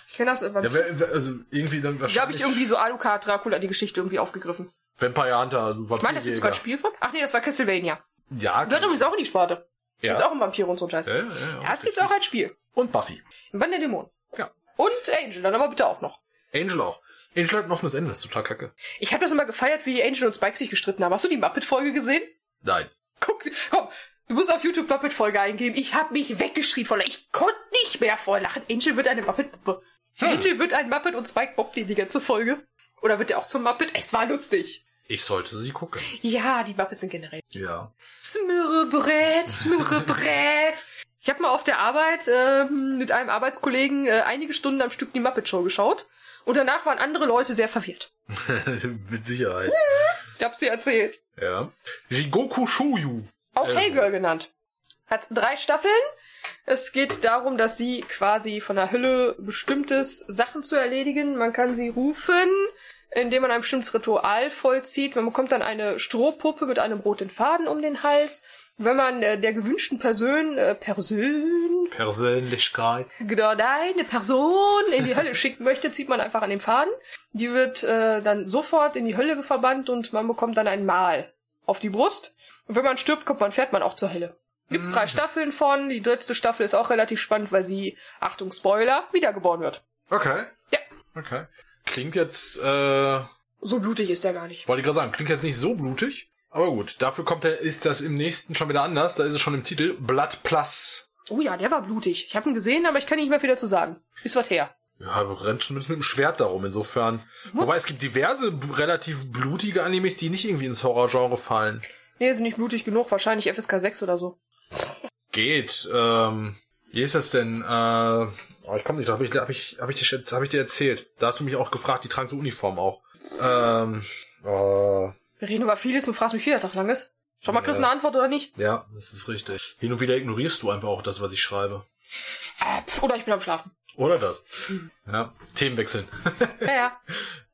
[SPEAKER 3] Ich kenne das, äh,
[SPEAKER 1] Ja, wer- wer- also irgendwie dann
[SPEAKER 3] da habe ich
[SPEAKER 1] wahrscheinlich.
[SPEAKER 3] irgendwie so Alucard, Dracula, die Geschichte irgendwie aufgegriffen.
[SPEAKER 1] Vampire Hunter, also
[SPEAKER 3] Ich meine, das gibt's
[SPEAKER 1] Vampirjäger.
[SPEAKER 3] gerade ein Spiel von? Ach nee, das war Castlevania.
[SPEAKER 1] Ja,
[SPEAKER 3] Gehört übrigens auch in die Sparte.
[SPEAKER 1] Ja.
[SPEAKER 3] Gibt's auch ein Vampir und so ein Scheiß.
[SPEAKER 1] Ja,
[SPEAKER 3] Ja,
[SPEAKER 1] ja, ja,
[SPEAKER 3] das gibt's auch als Spiel.
[SPEAKER 1] Und Buffy.
[SPEAKER 3] Im Band der Dämonen.
[SPEAKER 1] Ja.
[SPEAKER 3] Und Angel, dann aber bitte auch noch.
[SPEAKER 1] Angel auch. Angel hat ein offenes Ende, das ist total kacke.
[SPEAKER 3] Ich habe das immer gefeiert, wie Angel und Spike sich gestritten haben. Hast du die Muppet-Folge gesehen?
[SPEAKER 1] Nein.
[SPEAKER 3] Guck, sie- komm, du musst auf YouTube Muppet-Folge eingeben. Ich habe mich weggeschrien vor Lachen. Ich konnte nicht mehr vor Lachen. Angel wird eine Muppet-Puppe.
[SPEAKER 1] Hm.
[SPEAKER 3] Angel wird ein Muppet und Spike bobbt ihn die ganze Folge. Oder wird er auch zum Muppet? Es war lustig.
[SPEAKER 1] Ich sollte sie gucken.
[SPEAKER 3] Ja, die Muppets sind generell.
[SPEAKER 1] Ja.
[SPEAKER 3] Smürrebrett, Smürrebrett. Ich habe mal auf der Arbeit ähm, mit einem Arbeitskollegen äh, einige Stunden am Stück die Muppet-Show geschaut. Und danach waren andere Leute sehr verwirrt.
[SPEAKER 1] Mit Sicherheit.
[SPEAKER 3] Ich hab's dir erzählt.
[SPEAKER 1] ja. Jigoku Shuyu.
[SPEAKER 3] Auch
[SPEAKER 1] Ähm.
[SPEAKER 3] Haygirl genannt. Hat drei Staffeln. Es geht darum, dass sie quasi von der Hülle bestimmtes Sachen zu erledigen. Man kann sie rufen. indem man ein bestimmtes Ritual vollzieht. Man bekommt dann eine Strohpuppe mit einem roten Faden um den Hals. Wenn man äh, der gewünschten Person, äh, Person,
[SPEAKER 1] Persönlichkeit.
[SPEAKER 3] genau, nein, eine Person in die Hölle schicken möchte, zieht man einfach an den Faden. Die wird äh, dann sofort in die Hölle verbannt und man bekommt dann ein Mal auf die Brust. Und wenn man stirbt, kommt man, fährt man auch zur Hölle. Gibt's drei Staffeln von. Die dritte Staffel ist auch relativ spannend, weil sie, Achtung, Spoiler, wiedergeboren wird.
[SPEAKER 1] Okay.
[SPEAKER 3] Ja.
[SPEAKER 1] Okay. Klingt jetzt, äh, wollte
[SPEAKER 3] So blutig ist der gar nicht.
[SPEAKER 1] ich gerade sagen, klingt jetzt nicht so blutig. Aber gut, dafür kommt der, ist das im nächsten schon wieder anders. Da ist es schon im Titel Blood Plus.
[SPEAKER 3] Oh ja, der war blutig. Ich habe ihn gesehen, aber ich kann nicht mehr viel dazu sagen. Ist was her.
[SPEAKER 1] Ja, rennt zumindest mit dem Schwert darum, insofern. Wobei es gibt diverse b- relativ blutige Animes, die nicht irgendwie ins Horrorgenre fallen.
[SPEAKER 3] Nee, sind nicht blutig genug. Wahrscheinlich FSK 6 oder so.
[SPEAKER 1] Geht, ähm, wie ist das denn? Äh, oh, ich komme nicht drauf, hab ich, hab ich, hab ich, dir, hab ich dir erzählt. Da hast du mich auch gefragt, die tragen so Uniform auch. Ähm, äh,
[SPEAKER 3] Wir reden über vieles und fragst mich, wie der Tag lang ist. Schon mal kriegst du
[SPEAKER 1] Ja.
[SPEAKER 3] eine Antwort oder nicht?
[SPEAKER 1] ja, das ist richtig. Hin und wieder ignorierst du einfach auch das, was ich schreibe.
[SPEAKER 3] Äh, pf, oder ich bin am Schlafen.
[SPEAKER 1] Oder das. Ja, Themen wechseln.
[SPEAKER 3] Ja, ja.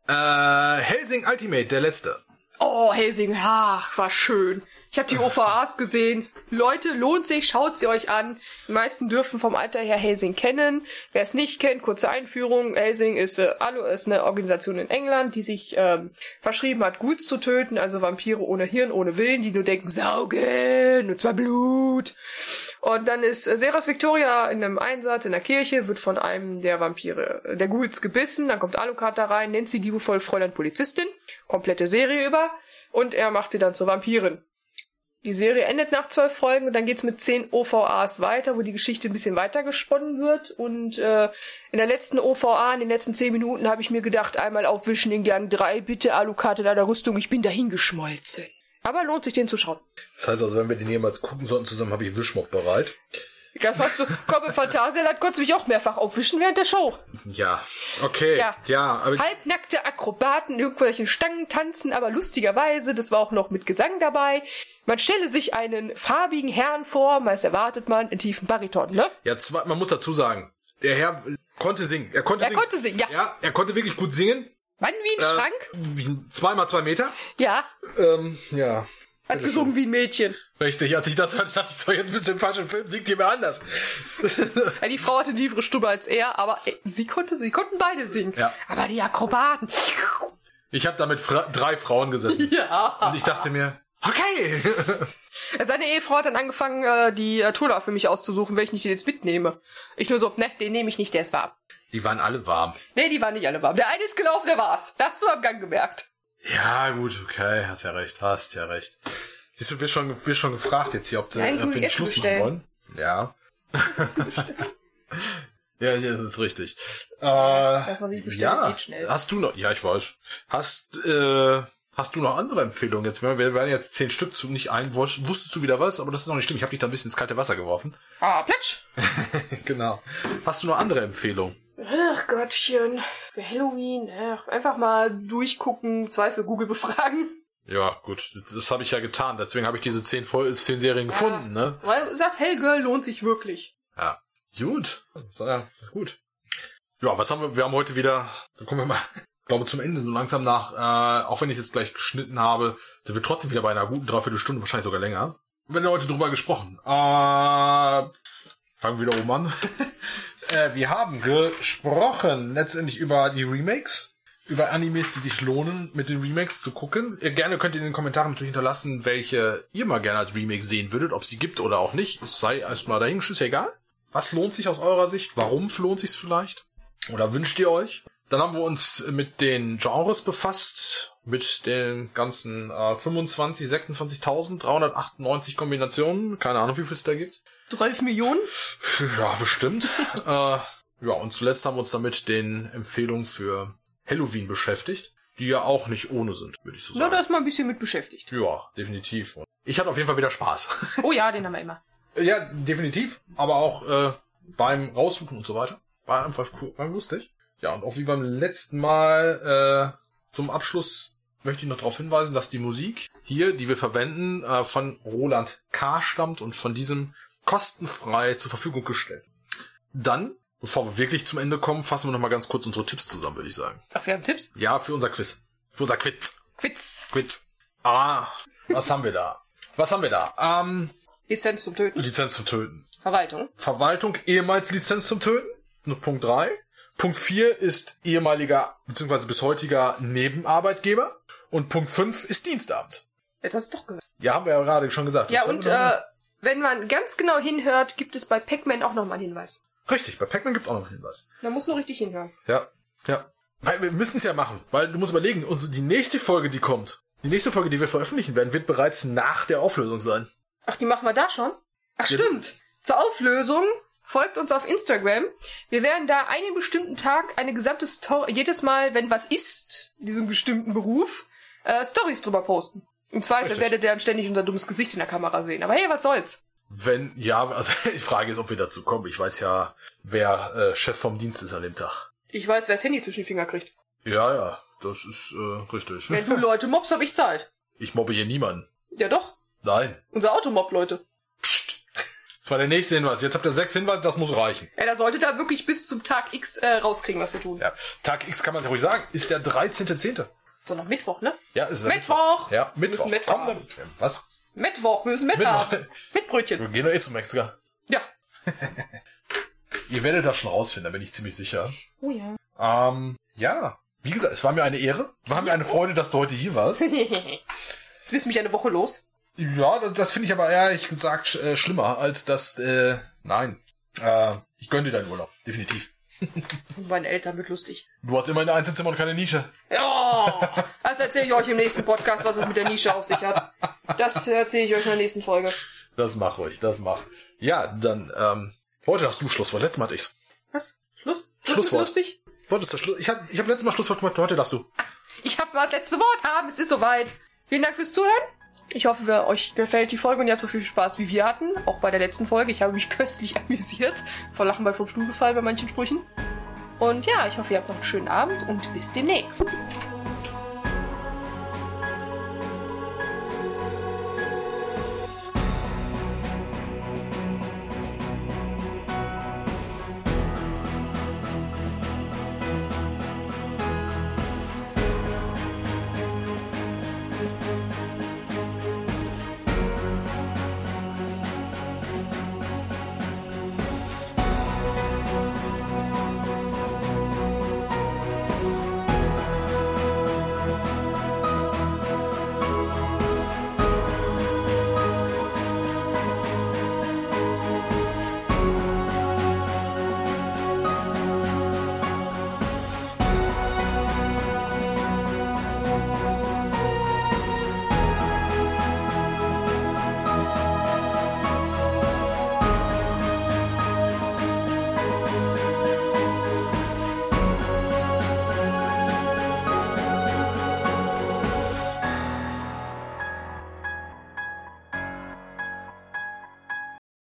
[SPEAKER 1] äh, Helsing Ultimate, der letzte.
[SPEAKER 3] Oh, Helsing, ach, war schön. Ich habe die OVAs gesehen. Leute, lohnt sich, schaut sie euch an. Die meisten dürfen vom Alter her Helsing kennen. Wer es nicht kennt, kurze Einführung. Helsing ist, äh, Alu- ist eine Organisation in England, die sich ähm, verschrieben hat, Guts zu töten, also Vampire ohne Hirn, ohne Willen, die nur denken, saugen, und zwar Blut. Und dann ist äh, Seras Victoria in einem Einsatz in der Kirche, wird von einem der Vampire, äh, der Ghouls gebissen, dann kommt Alucard da rein, nennt sie liebevoll Fräulein Polizistin, komplette Serie über, und er macht sie dann zur Vampirin. Die Serie endet nach zwölf Folgen und dann geht's mit zehn OVAs weiter, wo die Geschichte ein bisschen weitergesponnen wird. Und äh, in der letzten OVA, in den letzten zehn Minuten, habe ich mir gedacht, einmal aufwischen in Gang 3, bitte Alucard in einer Rüstung, ich bin dahingeschmolzen. Aber lohnt sich, den zu schauen.
[SPEAKER 1] Das heißt also, wenn wir den jemals gucken sollten zusammen, habe ich Wischmopp bereit.
[SPEAKER 3] Das hast du, komm, im Phantasialand konntest du mich auch mehrfach aufwischen während der Show.
[SPEAKER 1] Ja, okay. Äh, Ja,
[SPEAKER 3] Ja.
[SPEAKER 1] aber
[SPEAKER 3] Halbnackte Akrobaten, irgendwelchen Stangen tanzen, aber lustigerweise, das war auch noch mit Gesang dabei. Man stelle sich einen farbigen Herrn vor, meist erwartet man einen tiefen Bariton, ne?
[SPEAKER 1] ja, zwei, man muss dazu sagen, der Herr äh, konnte singen. Er konnte
[SPEAKER 3] Er
[SPEAKER 1] singen.
[SPEAKER 3] konnte singen, ja.
[SPEAKER 1] Ja, er konnte wirklich gut singen.
[SPEAKER 3] Mann wie ein
[SPEAKER 1] Äh,
[SPEAKER 3] Schrank?
[SPEAKER 1] wie- Zweimal zwei Meter.
[SPEAKER 3] Ja,
[SPEAKER 1] Ähm, ja.
[SPEAKER 3] hat gesungen wie ein Mädchen.
[SPEAKER 1] Richtig, als ich das hörte, dachte ich so, jetzt bist du im falschen Film, singt jemand anders.
[SPEAKER 3] Ja, die Frau hatte eine tiefere Stimme als er, aber äh, sie konnte, sie konnten beide singen.
[SPEAKER 1] Ja.
[SPEAKER 3] Aber die Akrobaten.
[SPEAKER 1] Ich habe da mit Fra drei Frauen gesessen.
[SPEAKER 3] Ja.
[SPEAKER 1] Und ich dachte mir, okay.
[SPEAKER 3] Seine Ehefrau hat dann angefangen, äh, die äh, Tola für mich auszusuchen, welchen ich denn jetzt mitnehme. Ich nur so, ne, den nehme ich nicht, der ist warm.
[SPEAKER 1] Die waren alle warm.
[SPEAKER 3] Nee, die waren nicht alle warm. Der eine ist gelaufen, der war's. Das hast du am Gang gemerkt.
[SPEAKER 1] Ja, gut, okay, hast ja recht, hast ja recht. Siehst du, wir schon, wir schon gefragt jetzt hier, ob, du,
[SPEAKER 3] Ja, ich
[SPEAKER 1] ob
[SPEAKER 3] muss
[SPEAKER 1] wir den
[SPEAKER 3] Essen
[SPEAKER 1] Schluss machen
[SPEAKER 3] bestellen.
[SPEAKER 1] wollen. Ja. ja, ja, das ist richtig. Äh, das
[SPEAKER 3] man sich bestellen,
[SPEAKER 1] ja,
[SPEAKER 3] geht schnell.
[SPEAKER 1] Hast du noch, ja, ich weiß. Hast, äh, hast du noch andere Empfehlungen jetzt? Wir wir werden jetzt zehn Stück zu, nicht ein, wus- wusstest du wieder was, aber das ist noch nicht schlimm. Ich habe dich da ein bisschen ins kalte Wasser geworfen.
[SPEAKER 3] Ah, platsch.
[SPEAKER 1] genau. Hast du noch andere Empfehlungen?
[SPEAKER 3] Ach Gottchen. Für Halloween, ach, einfach mal durchgucken, Zweifel Google befragen.
[SPEAKER 1] Ja, gut, das habe ich ja getan. Deswegen habe ich diese zehn, Fol- zehn Serien gefunden, ne?
[SPEAKER 3] Weil sagt, Hellgirl lohnt sich wirklich.
[SPEAKER 1] Ja. Gut. Ja, gut. Ja, was haben wir? Wir haben heute wieder, da kommen wir mal, ich glaube zum Ende so langsam nach, äh, auch wenn ich jetzt gleich geschnitten habe, sind wir trotzdem wieder bei einer guten Dreiviertelstunde, wahrscheinlich sogar länger. Wir haben ja heute drüber gesprochen. Äh, fangen wir wieder oben an. äh, wir haben gesprochen letztendlich über die Remakes, über Animes, die sich lohnen, mit den Remakes zu gucken. Ihr gerne könnt ihr in den Kommentaren natürlich hinterlassen, welche ihr mal gerne als Remake sehen würdet, ob es sie gibt oder auch nicht. Es sei erstmal dahin, ist ja egal. Was lohnt sich aus eurer Sicht? Warum lohnt sich's vielleicht? Oder wünscht ihr euch? Dann haben wir uns mit den Genres befasst, mit den ganzen äh, 25, 26.398 Kombinationen. Keine Ahnung, wie viel es da gibt.
[SPEAKER 3] 12 Millionen?
[SPEAKER 1] Ja, bestimmt. äh, ja, und zuletzt haben wir uns damit den Empfehlungen für Halloween beschäftigt, die ja auch nicht ohne sind, würde ich so
[SPEAKER 3] So,
[SPEAKER 1] sagen.
[SPEAKER 3] da ist man ein bisschen mit beschäftigt.
[SPEAKER 1] Ja, definitiv. Ich hatte auf jeden Fall wieder Spaß.
[SPEAKER 3] Oh ja, den haben wir immer.
[SPEAKER 1] ja, definitiv, aber auch äh, beim Raussuchen und so weiter. War einfach cool, war lustig. Ja, und auch wie beim letzten Mal äh, zum Abschluss möchte ich noch darauf hinweisen, dass die Musik hier, die wir verwenden, äh, von Roland K. stammt und von diesem kostenfrei zur Verfügung gestellt. Dann, bevor wir wirklich zum Ende kommen, fassen wir nochmal ganz kurz unsere Tipps zusammen, würde ich sagen.
[SPEAKER 3] Ach, wir haben Tipps?
[SPEAKER 1] Ja, für unser Quiz. Unser Quiz.
[SPEAKER 3] Quiz.
[SPEAKER 1] Quiz. Ah, was haben wir da? Was haben wir da? Ähm,
[SPEAKER 3] Lizenz zum Töten.
[SPEAKER 1] Lizenz zum Töten.
[SPEAKER 3] Verwaltung.
[SPEAKER 1] Verwaltung, ehemals Lizenz zum Töten. Nur Punkt drei. Punkt vier ist ehemaliger bzw. bis heutiger Nebenarbeitgeber. Und Punkt fünf ist Dienstamt.
[SPEAKER 3] Jetzt hast du doch gesagt.
[SPEAKER 1] Ja, haben wir ja gerade schon gesagt.
[SPEAKER 3] Ja,
[SPEAKER 1] Das haben
[SPEAKER 3] und
[SPEAKER 1] wir-
[SPEAKER 3] äh, wenn man ganz genau hinhört, gibt es bei Pac-Man auch nochmal einen Hinweis.
[SPEAKER 1] Richtig, bei Pac-Man gibt's auch noch einen Hinweis.
[SPEAKER 3] Man muss nur richtig hinhören.
[SPEAKER 1] Ja, ja. Weil wir müssen es ja machen, weil du musst überlegen, unsere, die nächste Folge, die kommt, die nächste Folge, die wir veröffentlichen werden, wird bereits nach der Auflösung sein.
[SPEAKER 3] Ach, die machen wir da schon? Ach,
[SPEAKER 1] Ja.
[SPEAKER 3] stimmt. Zur Auflösung folgt uns auf Instagram. Wir werden da einen bestimmten Tag eine gesamte Story, jedes Mal, wenn was ist, in diesem bestimmten Beruf, äh, Stories drüber posten. Im Zweifel
[SPEAKER 1] Richtig.
[SPEAKER 3] werdet ihr dann ständig unser dummes Gesicht in der Kamera sehen. Aber hey, was soll's?
[SPEAKER 1] Wenn, ja, also die Frage ist, ob wir dazu kommen. Ich weiß ja, wer äh, Chef vom Dienst ist an dem Tag.
[SPEAKER 3] Ich weiß, wer das Handy zwischen die Finger kriegt.
[SPEAKER 1] Ja, ja, das ist äh, richtig.
[SPEAKER 3] Wenn du Leute mobst, hab ich Zeit.
[SPEAKER 1] Ich mobbe hier niemanden.
[SPEAKER 3] Ja doch.
[SPEAKER 1] Nein.
[SPEAKER 3] Unser Auto mobbt Leute.
[SPEAKER 1] Psst. Das war der nächste Hinweis. Jetzt habt ihr sechs Hinweise, das muss reichen.
[SPEAKER 3] Ja, da sollte da wirklich bis zum Tag X äh, rauskriegen, was wir tun.
[SPEAKER 1] Ja. Tag X kann man ja ruhig sagen. Ist der 13.10.
[SPEAKER 3] Sondern Mittwoch, ne?
[SPEAKER 1] Ja, ist der
[SPEAKER 3] Mittwoch!
[SPEAKER 1] Ja, Mittwoch.
[SPEAKER 3] Wir müssen Mittwoch
[SPEAKER 1] Komm,
[SPEAKER 3] haben.
[SPEAKER 1] dann- Was?
[SPEAKER 3] Mittwoch, wir müssen Mittag.
[SPEAKER 1] Mittwoch.
[SPEAKER 3] Mit
[SPEAKER 1] Wir
[SPEAKER 3] Brötchen.
[SPEAKER 1] gehen doch eh zum Metzger.
[SPEAKER 3] Ja.
[SPEAKER 1] Ihr werdet das schon rausfinden, da bin ich ziemlich sicher.
[SPEAKER 3] Oh ja.
[SPEAKER 1] Ähm, ja. Wie gesagt, es war mir eine Ehre. War mir eine Freude, dass du heute hier warst.
[SPEAKER 3] Jetzt bist mich eine Woche los.
[SPEAKER 1] Ja, das, das finde ich aber ehrlich gesagt sch- äh, schlimmer, als das, äh, nein. Äh, ich gönne dir deinen Urlaub. Definitiv.
[SPEAKER 3] Und meine Eltern wird lustig.
[SPEAKER 1] Du hast immer ein Einzelzimmer und keine Nische.
[SPEAKER 3] Ja, das erzähle ich euch im nächsten Podcast, was es mit der Nische auf sich hat. Das erzähle ich euch in der nächsten Folge.
[SPEAKER 1] Das mach ruhig, das mach. Ja, dann, ähm, heute hast du Schlusswort. Letztes Mal hatte ich's.
[SPEAKER 3] Was? Schluss?
[SPEAKER 1] Schlusswort.
[SPEAKER 3] Schluss lustig?
[SPEAKER 1] Heute ist das Schluss. Ich habe ich hab letztes Mal Schlusswort gemacht, heute darfst du.
[SPEAKER 3] Ich hab das letzte Wort haben, es ist soweit. Vielen Dank fürs Zuhören. Ich hoffe, wir- euch gefällt die Folge und ihr habt so viel Spaß wie wir hatten. Auch bei der letzten Folge. Ich habe mich köstlich amüsiert. Vor Lachen bei vom Stuhl gefallen bei manchen Sprüchen. Und ja, ich hoffe, ihr habt noch einen schönen Abend und bis demnächst.